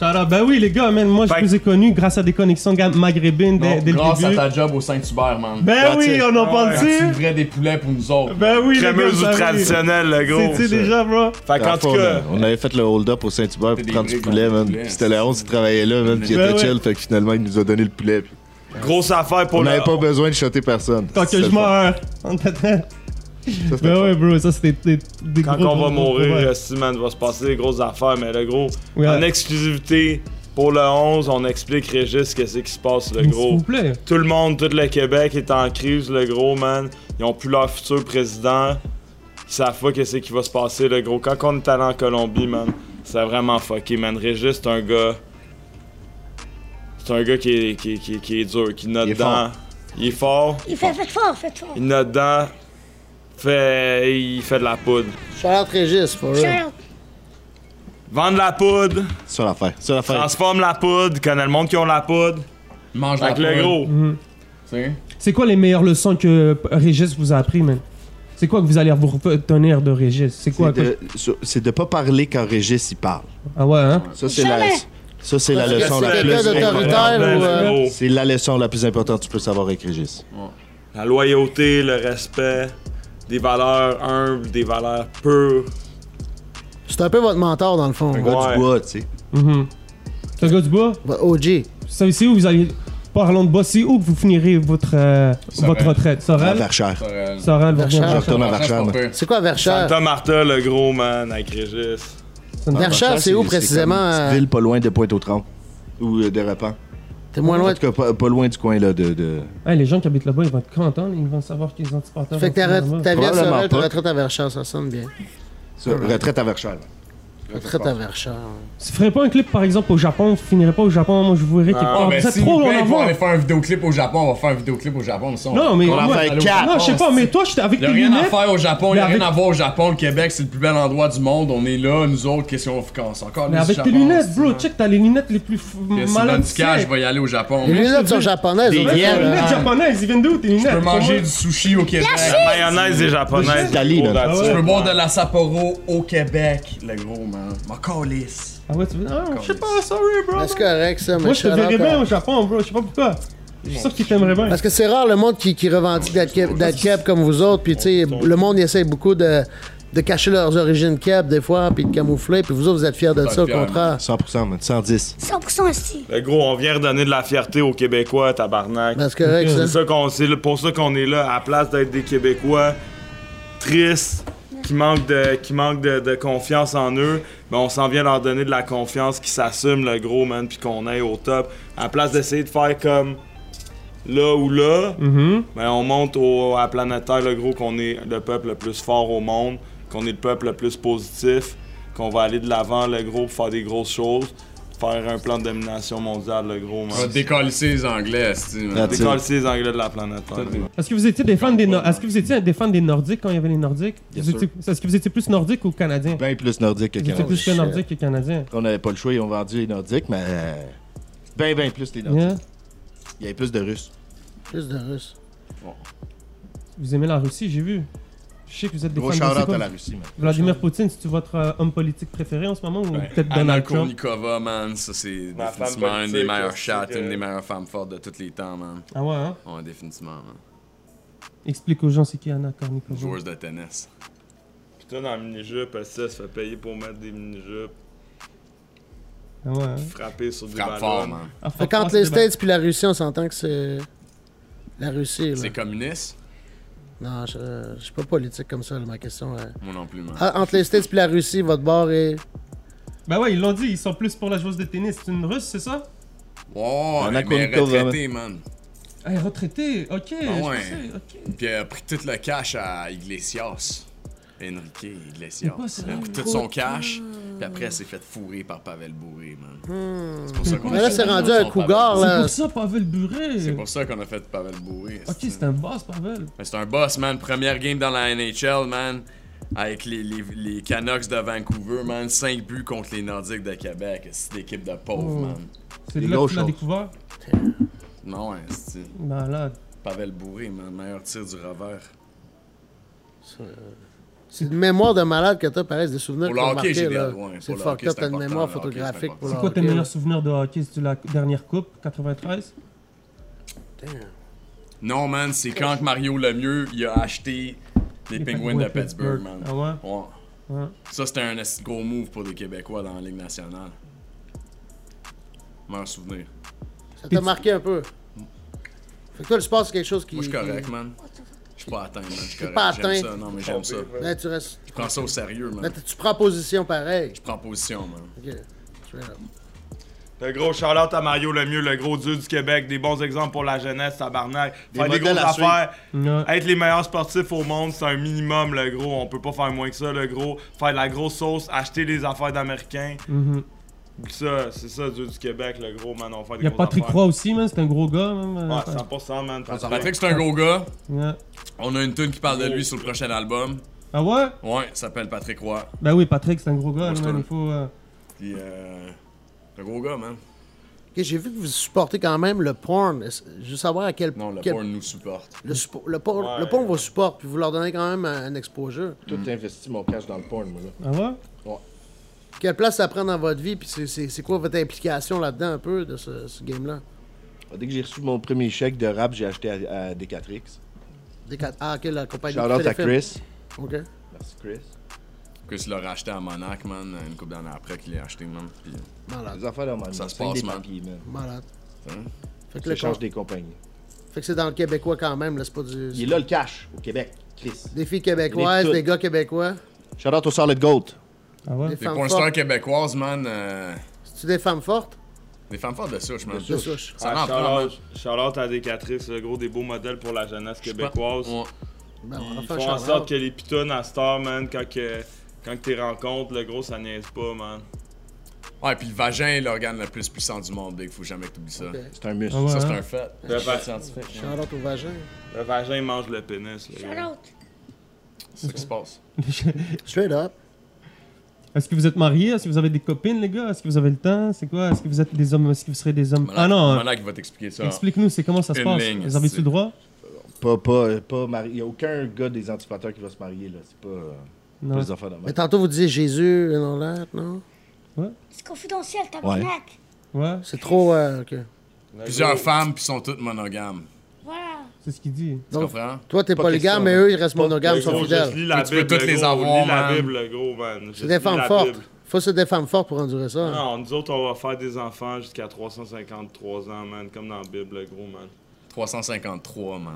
[SPEAKER 1] Shout out. Ben oui, les gars, man, moi je
[SPEAKER 5] Fait
[SPEAKER 1] vous ai connu grâce à des connexions ga- maghrébines dès, dès le
[SPEAKER 3] Grâce à
[SPEAKER 1] début.
[SPEAKER 3] ta job au Saint-Hubert, man.
[SPEAKER 1] Ben oui, on en
[SPEAKER 3] Quand tu
[SPEAKER 1] parle-tu
[SPEAKER 3] livrais des poulets pour nous autres.
[SPEAKER 1] Ben oui, les gars.
[SPEAKER 5] Ah Crémeuse ou
[SPEAKER 1] vous savez.
[SPEAKER 5] traditionnelle, le gros.
[SPEAKER 1] C'est-tu déjà, bro
[SPEAKER 5] Fait qu'en
[SPEAKER 6] Parfois,
[SPEAKER 5] tout cas.
[SPEAKER 6] euh, on, on avait fait le hold-up au Saint-Hubert pour
[SPEAKER 3] Des
[SPEAKER 6] prendre du
[SPEAKER 3] briques
[SPEAKER 6] poulet,
[SPEAKER 3] dans le
[SPEAKER 6] man.
[SPEAKER 3] poulet.
[SPEAKER 6] Puis C'était le 11 qui travaillait là, man, qui
[SPEAKER 1] Ben
[SPEAKER 6] était
[SPEAKER 1] ouais.
[SPEAKER 6] chill, fait que finalement, il nous a donné le poulet. puis
[SPEAKER 5] Grosse affaire pour
[SPEAKER 6] on
[SPEAKER 5] le.
[SPEAKER 6] n'avait pas besoin de shotter personne.
[SPEAKER 1] Tant que
[SPEAKER 6] C'était
[SPEAKER 1] je
[SPEAKER 6] le fun.
[SPEAKER 1] meurs. En tête.
[SPEAKER 6] Ça, c'était le
[SPEAKER 1] Ben
[SPEAKER 6] fun.
[SPEAKER 1] ouais, bro, ça c'était des, des
[SPEAKER 5] Quand
[SPEAKER 1] gros,
[SPEAKER 5] on
[SPEAKER 1] gros, gros,
[SPEAKER 5] va
[SPEAKER 1] gros,
[SPEAKER 5] mourir,
[SPEAKER 1] ouais.
[SPEAKER 5] si man, va se passer des grosses affaires, mais le gros,
[SPEAKER 1] Ouais.
[SPEAKER 5] en exclusivité, pour le 11, on explique Régis ce que c'est qui se passe, le
[SPEAKER 1] S'il vous
[SPEAKER 5] gros.
[SPEAKER 1] plaît.
[SPEAKER 5] Tout le monde, tout le Québec est en crise, le gros, man. Ils ont plus leur futur président. Ils savent pas qu'est-ce qui va se passer, le gros. Quand on est allé en Colombie, man, c'est vraiment fucké, man. Régis, c'est un gars. C'est un gars qui est, qui, est- qui est- qui est dur, qui note
[SPEAKER 6] Il est
[SPEAKER 5] dedans.
[SPEAKER 6] fort.
[SPEAKER 5] Il est fort,
[SPEAKER 4] Il fait, faites fort, faites fort.
[SPEAKER 5] il note dedans. Fait, il fait de la poudre.
[SPEAKER 2] Charlotte Régis, for real.
[SPEAKER 4] Charlotte,
[SPEAKER 5] Vendre la poudre,
[SPEAKER 6] Ça l'affaire. Ça l'affaire.
[SPEAKER 5] transforme la poudre, connais le monde qui ont la poudre.
[SPEAKER 3] Mange la
[SPEAKER 5] Avec le
[SPEAKER 3] poudre,
[SPEAKER 5] gros.
[SPEAKER 3] tu sais.
[SPEAKER 1] C'est quoi les meilleures leçons que euh, Régis vous a appris, man C'est quoi que vous allez vous retenir de Régis C'est quoi
[SPEAKER 6] C'est de, c'est de pas parler quand Régis y parle.
[SPEAKER 1] Ah ouais, hein
[SPEAKER 6] Ça, c'est la,
[SPEAKER 4] Jamais.
[SPEAKER 6] ça, c'est la
[SPEAKER 2] Parce que
[SPEAKER 6] leçon
[SPEAKER 2] c'est
[SPEAKER 6] la plus
[SPEAKER 2] quelqu'un
[SPEAKER 6] importante.
[SPEAKER 2] d'autoritaire ou...
[SPEAKER 5] Le
[SPEAKER 2] euh,
[SPEAKER 5] gros.
[SPEAKER 6] C'est la leçon la plus importante que tu peux savoir avec Régis.
[SPEAKER 5] La loyauté, le respect, des valeurs humbles, des valeurs pures.
[SPEAKER 2] C'est un peu votre mentor, dans le fond.
[SPEAKER 6] Un gars
[SPEAKER 5] Ouais.
[SPEAKER 6] du bois, tu sais.
[SPEAKER 1] Mhm. C'est un gars du bois
[SPEAKER 2] Votre OG.
[SPEAKER 1] Ça, C'est où vous allez. Parlons de bois, c'est où que vous finirez votre, euh,
[SPEAKER 3] Sorel.
[SPEAKER 1] votre retraite
[SPEAKER 6] À
[SPEAKER 1] Sorel
[SPEAKER 6] Verchères.
[SPEAKER 3] Sorel.
[SPEAKER 1] Sorel, vous
[SPEAKER 2] Verchères.
[SPEAKER 6] Je
[SPEAKER 1] reviendrez.
[SPEAKER 6] retourne à
[SPEAKER 3] Franchement,
[SPEAKER 6] Verchères.
[SPEAKER 3] c'est
[SPEAKER 6] moi.
[SPEAKER 3] pas pire.
[SPEAKER 2] C'est quoi Verchères?
[SPEAKER 5] Santa Martha, le gros man, avec Régis.
[SPEAKER 2] Verchères, c'est où
[SPEAKER 6] comme
[SPEAKER 2] précisément?
[SPEAKER 6] une petite
[SPEAKER 2] euh,
[SPEAKER 6] ville pas loin de Pointe-aux-Trembles. Ou euh, de Repent.
[SPEAKER 2] T'es moins
[SPEAKER 6] En
[SPEAKER 2] loin.
[SPEAKER 6] tout cas, pas, pas loin du coin, là, de... de...
[SPEAKER 1] Hey, les gens qui habitent là-bas, ils vont être contents, ils vont savoir qu'ils ont supporté.
[SPEAKER 2] Fait que ta re- ta vie à
[SPEAKER 6] Probablement
[SPEAKER 2] Sorel, ta
[SPEAKER 6] pas.
[SPEAKER 2] retraite à Verchères, ça sonne bien.
[SPEAKER 6] ça, Retraite à Verchères.
[SPEAKER 2] Retraite à Verchères. ouais.
[SPEAKER 1] Tu ferais pas un clip, par exemple, au Japon, vous finirez pas au Japon, moi je vous verrai quelque
[SPEAKER 3] Ah,
[SPEAKER 1] part.
[SPEAKER 3] ben
[SPEAKER 1] Vous êtes
[SPEAKER 3] si
[SPEAKER 1] trop
[SPEAKER 3] nous
[SPEAKER 1] en
[SPEAKER 3] payent pour
[SPEAKER 1] avant.
[SPEAKER 3] aller faire un vidéoclip au Japon, on va faire un vidéoclip au Japon, mais ça, on-
[SPEAKER 1] Non, mais.
[SPEAKER 6] On en
[SPEAKER 1] moi-
[SPEAKER 6] fait quatre.
[SPEAKER 1] Non, je sais pas, mais toi, j'étais avec
[SPEAKER 3] Oh, Y a
[SPEAKER 1] tes
[SPEAKER 3] rien à
[SPEAKER 1] lunettes.
[SPEAKER 3] faire au Japon, y a
[SPEAKER 1] Mais
[SPEAKER 3] rien
[SPEAKER 1] avec-
[SPEAKER 3] à voir au Japon. Le Québec, c'est le plus bel endroit du monde. On est là, nous autres, qu'est-ce qu'on quand c'est encore
[SPEAKER 1] Mais
[SPEAKER 3] nous,
[SPEAKER 1] avec tes
[SPEAKER 3] Japon,
[SPEAKER 1] lunettes,
[SPEAKER 3] c'est-
[SPEAKER 1] bro, check, t'as les lunettes les plus f-
[SPEAKER 3] Que C'est dans
[SPEAKER 1] malades.
[SPEAKER 3] du cas,
[SPEAKER 1] siècle.
[SPEAKER 3] je vais y aller au Japon.
[SPEAKER 2] Les
[SPEAKER 3] Je
[SPEAKER 2] lunettes sont
[SPEAKER 1] veux-
[SPEAKER 2] japonaises.
[SPEAKER 6] Des
[SPEAKER 2] on dirait,
[SPEAKER 1] Les
[SPEAKER 6] yens.
[SPEAKER 2] là.
[SPEAKER 1] lunettes japonaises, ils viennent d'où tes lunettes
[SPEAKER 3] peux
[SPEAKER 1] Pour moi-
[SPEAKER 3] manger du sushi au Québec.
[SPEAKER 5] La mayonnaise est japonaise.
[SPEAKER 6] Italie,
[SPEAKER 5] le gros,
[SPEAKER 6] man.
[SPEAKER 5] that's
[SPEAKER 1] Ah
[SPEAKER 5] it,
[SPEAKER 3] Je peux
[SPEAKER 5] man.
[SPEAKER 3] boire de la Sapporo au Québec, le gros man. Ma calisse.
[SPEAKER 1] Ah ouais, tu veux. Ah, je sais pas, sorry, bro.
[SPEAKER 2] Mais hein. C'est correct, ça, mais
[SPEAKER 1] Moi, je te
[SPEAKER 2] shout-out
[SPEAKER 1] verrais bien
[SPEAKER 2] à-
[SPEAKER 1] au Japon, bro, je sais pas pourquoi. Je suis sûr qu'ils t'aimeraient bien.
[SPEAKER 2] Parce que c'est rare le monde qui, qui revendique d'être keb, d'être keb comme vous autres. Puis, tu sais, le monde essaie beaucoup de, de cacher leurs origines keb des fois, puis de camoufler. Puis vous autres, vous êtes fiers de ça, au
[SPEAKER 3] fiers,
[SPEAKER 2] contraire.
[SPEAKER 6] 100%, man. 110.
[SPEAKER 4] 100% esti.
[SPEAKER 5] Le gros, on vient redonner de la fierté aux Québécois, tabarnak.
[SPEAKER 2] Ben, c'est correct, ça.
[SPEAKER 5] C'est ça qu'on c'est le- pour ça qu'on est là à la place d'être des Québécois tristes qui manquent de qui manquent de, de confiance en eux, ben on s'en vient leur donner de la confiance qui s'assume le gros man puis qu'on aille au top à la place d'essayer de faire comme là ou là,
[SPEAKER 1] Mhm.
[SPEAKER 5] ben on monte au, à la planète Terre le gros qu'on est le peuple le plus fort au monde, qu'on est le peuple le plus positif, qu'on va aller de l'avant le gros pour faire des grosses choses. faire un plan de domination mondiale, le gros,
[SPEAKER 3] On va
[SPEAKER 5] man.
[SPEAKER 3] décalisser les Anglais, c'est-tu, man.
[SPEAKER 6] That's it.
[SPEAKER 5] Décoller les Anglais de la planète. hein.
[SPEAKER 1] Est-ce que vous étiez des fans des Nor- Est-ce que vous étiez des fans des Nordiques quand il y avait les Nordiques
[SPEAKER 6] Bien
[SPEAKER 1] Vous
[SPEAKER 6] sûr. Ben,
[SPEAKER 1] étiez- Est-ce que vous étiez plus Nordique ou Canadien
[SPEAKER 6] Bien plus nordique que
[SPEAKER 1] Vous étiez
[SPEAKER 6] Canadien.
[SPEAKER 1] plus que Nordique que Canadien.
[SPEAKER 6] On n'avait pas le choix, ils ont vendu les nordiques, mais. euh, Bien, bien plus les nordiques.
[SPEAKER 1] Yeah.
[SPEAKER 6] Il y avait plus de russes.
[SPEAKER 2] Plus de Russes.
[SPEAKER 1] Vous aimez la Russie, j'ai vu. Je sais que vous êtes des
[SPEAKER 6] Gros
[SPEAKER 1] fans de
[SPEAKER 6] shout-out
[SPEAKER 1] quoi?
[SPEAKER 6] à la Russie, man.
[SPEAKER 1] Vladimir Poutine, c'est-tu votre euh, homme politique préféré en ce moment ou peut-être
[SPEAKER 3] Anna
[SPEAKER 1] Donald Trump
[SPEAKER 3] Kournikova, man, ça c'est définitivement
[SPEAKER 5] Ma femme
[SPEAKER 3] une des
[SPEAKER 5] politique,
[SPEAKER 3] meilleures
[SPEAKER 5] c'est
[SPEAKER 3] chattes,
[SPEAKER 5] que-
[SPEAKER 3] une des meilleures femmes fortes de tous les temps, man.
[SPEAKER 1] Ah ouais, hein
[SPEAKER 3] On définitivement, man.
[SPEAKER 1] Explique aux gens c'est qui Anna Kournikova.
[SPEAKER 3] Joueuse de tennis.
[SPEAKER 5] Puis toi, dans la mini-jupe, elle se fait payer pour mettre des mini-jupes,
[SPEAKER 1] Ah ouais. hein?
[SPEAKER 5] frapper sur des
[SPEAKER 3] Frappe
[SPEAKER 5] ballons.
[SPEAKER 3] fort, man.
[SPEAKER 1] Ah,
[SPEAKER 2] Fait
[SPEAKER 1] fuck,
[SPEAKER 2] qu'entre
[SPEAKER 1] c'est
[SPEAKER 2] les
[SPEAKER 1] bien.
[SPEAKER 2] States puis la Russie, on s'entend que c'est. La Russie, là.
[SPEAKER 3] C'est communiste?
[SPEAKER 2] Non, je, euh, je suis pas politique comme ça, là, ma question. euh.
[SPEAKER 3] Moi non plus, man.
[SPEAKER 2] Ah, Entre les States puis la Russie, votre bord est.
[SPEAKER 1] Ben ouais, ils l'ont dit, ils sont plus pour la joueuse de tennis. C'est une russe, c'est ça
[SPEAKER 3] Wow,
[SPEAKER 6] Anna
[SPEAKER 3] mais, mais
[SPEAKER 6] Kournikova,
[SPEAKER 3] retraitée, man.
[SPEAKER 1] Ah, retraité, ok.
[SPEAKER 3] Ah
[SPEAKER 1] je
[SPEAKER 3] ouais.
[SPEAKER 1] pensais, ok.
[SPEAKER 3] Puis elle a pris tout le cash à Iglesias. Enrique Iglesias.
[SPEAKER 1] Ouais, c'est
[SPEAKER 3] Elle a pris tout son cash. Puis après, elle s'est fait fourrer par Pavel Bourré, man. C'est pour ça qu'on
[SPEAKER 2] Hmm. Mais là,
[SPEAKER 3] fait
[SPEAKER 2] c'est
[SPEAKER 3] la
[SPEAKER 2] rendu
[SPEAKER 3] chanson
[SPEAKER 2] un cougar,
[SPEAKER 1] C'est
[SPEAKER 3] Pavel-
[SPEAKER 2] là.
[SPEAKER 1] pour ça, Pavel Buré.
[SPEAKER 3] C'est pour ça qu'on a fait Pavel Bourré.
[SPEAKER 1] Ok, c'est un boss, Pavel.
[SPEAKER 3] Mais C'est un boss, man. Première game dans la NHL, man. Avec les, les, les Canucks de Vancouver, man. 5 buts contre les Nordiques de Québec. C'est l'équipe de pauvres,
[SPEAKER 1] Oh.
[SPEAKER 3] man.
[SPEAKER 1] C'est
[SPEAKER 6] Des
[SPEAKER 1] là que
[SPEAKER 6] gros
[SPEAKER 1] tu l'as
[SPEAKER 6] choses.
[SPEAKER 1] découvert.
[SPEAKER 3] Non, hein, c'est
[SPEAKER 1] Malade.
[SPEAKER 3] Pavel Bourré, man. Meilleur tir du revers.
[SPEAKER 2] C'est une mémoire de malade que t'as, pareil, c'est des souvenirs
[SPEAKER 3] Pour
[SPEAKER 2] qui
[SPEAKER 3] le
[SPEAKER 2] t'ont
[SPEAKER 3] hockey,
[SPEAKER 2] marqué,
[SPEAKER 3] j'ai des-
[SPEAKER 2] là.
[SPEAKER 3] ouais, pour
[SPEAKER 2] c'est
[SPEAKER 3] le
[SPEAKER 2] fucked
[SPEAKER 3] hockey,
[SPEAKER 2] up,
[SPEAKER 3] c'est
[SPEAKER 2] t'as une
[SPEAKER 3] important,
[SPEAKER 2] mémoire
[SPEAKER 3] le hockey, c'est
[SPEAKER 2] photographique pour le
[SPEAKER 3] important.
[SPEAKER 1] C'est quoi tes
[SPEAKER 2] hockey,
[SPEAKER 1] meilleurs souvenirs de hockey C'est la dernière coupe, 93
[SPEAKER 3] Non, man, c'est quand que Mario Lemieux il a acheté les, Penguins de Pittsburgh, man.
[SPEAKER 1] Ah ouais?
[SPEAKER 3] Ouais.
[SPEAKER 1] Ouais.
[SPEAKER 3] Ça, c'était un assez gros move pour des Québécois dans la Ligue nationale. Meilleur souvenir.
[SPEAKER 2] là. Ça t'a marqué un peu. Fait que toi, le sport, c'est quelque chose qui.
[SPEAKER 3] Moi, je suis correct,
[SPEAKER 2] qui-
[SPEAKER 3] man. Je suis pas atteint, man. Je suis correct.
[SPEAKER 2] pas
[SPEAKER 3] J'aime
[SPEAKER 2] atteint.
[SPEAKER 3] ça. Non, mais j'aime ça.
[SPEAKER 2] Là, Ben, tu restes.
[SPEAKER 3] Je prends ça au sérieux,
[SPEAKER 2] Là,
[SPEAKER 3] man.
[SPEAKER 2] t- tu prends position pareil.
[SPEAKER 3] Je prends position, man.
[SPEAKER 2] Ok. Straight up.
[SPEAKER 5] Le gros charlotte à Mario Lemieux, le gros dieu du Québec, des bons exemples pour la jeunesse, tabarnak.
[SPEAKER 6] Des
[SPEAKER 5] Faire des
[SPEAKER 6] modèles
[SPEAKER 5] grosses
[SPEAKER 6] à suivre.
[SPEAKER 5] affaires.
[SPEAKER 3] Ah,
[SPEAKER 1] Ouais.
[SPEAKER 5] Être les meilleurs sportifs au monde, c'est un minimum, le gros. On peut pas faire moins que ça, le gros. Faire de la grosse sauce, acheter des affaires d'Américains.
[SPEAKER 1] Mhm.
[SPEAKER 5] Ça, c'est ça, dieu du Québec, le gros, man. On fait des
[SPEAKER 1] Il y a
[SPEAKER 5] grosses
[SPEAKER 1] Patrick
[SPEAKER 5] affaires.
[SPEAKER 1] Roy aussi, man, c'est un gros gars. Man.
[SPEAKER 5] Ouais, 100%, man. Patrick-
[SPEAKER 3] Patrick, c'est un gros gars.
[SPEAKER 1] Ouais.
[SPEAKER 3] On a une tune qui parle de lui sur le prochain album.
[SPEAKER 1] Ah ouais?
[SPEAKER 3] Ouais, il s'appelle Patrick Roy.
[SPEAKER 1] Ben oui, Patrick, c'est un gros gars,
[SPEAKER 3] Moi, je
[SPEAKER 1] man,
[SPEAKER 3] te-
[SPEAKER 1] il faut... euh,
[SPEAKER 3] Puis, euh. Un gros gars, man.
[SPEAKER 2] Ok, j'ai vu que vous supportez quand même le porn. Est-ce- Je veux savoir à quel
[SPEAKER 3] Non, le
[SPEAKER 2] quel-
[SPEAKER 3] porn nous supporte.
[SPEAKER 2] Le, suppo- le porn,
[SPEAKER 5] Ouais.
[SPEAKER 2] le porn vous supporte, puis vous leur donnez quand même un, un exposure.
[SPEAKER 6] Tout investi mon cash dans le porn, moi, là.
[SPEAKER 1] Ah ouais?
[SPEAKER 2] Quelle place ça prend dans votre vie, puis c'est- c'est c'est quoi votre implication là-dedans un peu de ce, ce game-là?
[SPEAKER 6] Dès que j'ai reçu mon premier chèque de rap, j'ai acheté à, à Decatrix.
[SPEAKER 2] Des quatre- Ah, ok, la compagnie.
[SPEAKER 6] Shout
[SPEAKER 2] qui fait
[SPEAKER 6] out à
[SPEAKER 2] les films.
[SPEAKER 6] Chris.
[SPEAKER 2] Ok.
[SPEAKER 6] Merci, Chris.
[SPEAKER 3] Que tu l'as racheté à Monaco, man, une couple d'années après qu'il l'ait acheté, man. Puis,
[SPEAKER 2] Malade.
[SPEAKER 6] Les affaires dans ma
[SPEAKER 3] Ça
[SPEAKER 6] vie,
[SPEAKER 3] se
[SPEAKER 6] c'est
[SPEAKER 3] passe,
[SPEAKER 6] des
[SPEAKER 3] man.
[SPEAKER 6] papiers, man.
[SPEAKER 2] Malade.
[SPEAKER 3] Hein?
[SPEAKER 2] Fait que,
[SPEAKER 6] Je
[SPEAKER 2] le con-
[SPEAKER 6] change des compagnies.
[SPEAKER 2] fait que c'est dans le québécois quand même, là, c'est pas du.
[SPEAKER 6] Il est là le cash au Québec, Chris.
[SPEAKER 2] Des filles québécoises,
[SPEAKER 6] Il est tout.
[SPEAKER 2] des gars québécois,
[SPEAKER 6] Shout out au Solid Gold.
[SPEAKER 1] Ah ouais?
[SPEAKER 2] des
[SPEAKER 3] les
[SPEAKER 2] femmes
[SPEAKER 3] porn
[SPEAKER 2] fortes.
[SPEAKER 3] stars québécoises, man. euh,
[SPEAKER 2] C'est-tu des femmes fortes?
[SPEAKER 3] Des femmes fortes de souche, man.
[SPEAKER 2] De souche.
[SPEAKER 3] Ça
[SPEAKER 5] Ah,
[SPEAKER 3] en prend, man.
[SPEAKER 5] shout-out- shout-out à Décatrice, le gros, des beaux modèles pour la jeunesse québécoise.
[SPEAKER 3] Ouais.
[SPEAKER 2] Ben, on va
[SPEAKER 5] Ils
[SPEAKER 2] faire
[SPEAKER 5] font en
[SPEAKER 2] shout-out.
[SPEAKER 5] sorte que les pitons à Star, man, quand que... Quand que t'es rencontres, le gros, ça niaise pas, man.
[SPEAKER 3] Ouais, puis le vagin est l'organe le plus puissant du monde, Big. Faut jamais que t'oublies ça.
[SPEAKER 2] Ok.
[SPEAKER 6] C'est un muscle.
[SPEAKER 1] Ah ouais,
[SPEAKER 3] Ça, c'est
[SPEAKER 1] hein?
[SPEAKER 3] un fait.
[SPEAKER 5] Le, va-
[SPEAKER 3] scientifique.
[SPEAKER 2] Shout-out au vagin.
[SPEAKER 5] le vagin mange le pénis, le gros.
[SPEAKER 4] Charlotte.
[SPEAKER 3] C'est ça qui se passe.
[SPEAKER 2] Straight up.
[SPEAKER 1] Est-ce que vous êtes mariés? Est-ce que vous avez des copines, les gars? Est-ce que vous avez le temps? C'est quoi? Est-ce que vous êtes des hommes? Est-ce que vous serez des hommes? Ah non! hein.
[SPEAKER 3] Monac, il va t'expliquer ça.
[SPEAKER 1] Explique-nous, c'est comment ça se
[SPEAKER 3] Une
[SPEAKER 1] passe?
[SPEAKER 3] ligne,
[SPEAKER 1] Vous avez tout
[SPEAKER 3] c'est-
[SPEAKER 1] droit?
[SPEAKER 6] Pas, pas, pas mari- Il n'y a aucun gars des anticipateurs qui va se marier, là. C'est pas, euh,
[SPEAKER 1] Non.
[SPEAKER 6] pas les affaires de
[SPEAKER 2] Mais
[SPEAKER 6] même.
[SPEAKER 2] tantôt, vous disiez Jésus, non, là, non?
[SPEAKER 4] C'est confidentiel, tabarnak.
[SPEAKER 1] Ouais,
[SPEAKER 2] C'est trop. euh, ok.
[SPEAKER 3] Plusieurs femmes, puis sont toutes monogames.
[SPEAKER 4] Voilà.
[SPEAKER 1] c'est ce qu'il dit.
[SPEAKER 3] Tu
[SPEAKER 2] Donc,
[SPEAKER 3] comprends?
[SPEAKER 2] Toi, t'es
[SPEAKER 6] Pas
[SPEAKER 2] polygame,
[SPEAKER 6] question,
[SPEAKER 2] mais
[SPEAKER 6] man.
[SPEAKER 2] eux, ils restent monogames,
[SPEAKER 5] Le
[SPEAKER 2] ils sont
[SPEAKER 5] gros, hein. je
[SPEAKER 2] fidèles.
[SPEAKER 5] lis la
[SPEAKER 3] Tu peux
[SPEAKER 5] Bible,
[SPEAKER 3] toutes
[SPEAKER 5] le
[SPEAKER 3] les
[SPEAKER 5] gros,
[SPEAKER 3] avoir,
[SPEAKER 5] lis la
[SPEAKER 3] man.
[SPEAKER 5] Bible, le gros, man. Je
[SPEAKER 2] C'est
[SPEAKER 5] lis
[SPEAKER 2] des
[SPEAKER 5] la
[SPEAKER 2] femmes
[SPEAKER 5] Bible.
[SPEAKER 2] fortes. Faut se des femmes fortes pour endurer ça. hein.
[SPEAKER 5] Non, nous autres, on va faire des enfants jusqu'à 353 ans, man, comme dans la Bible, le gros, man.
[SPEAKER 3] 353, man.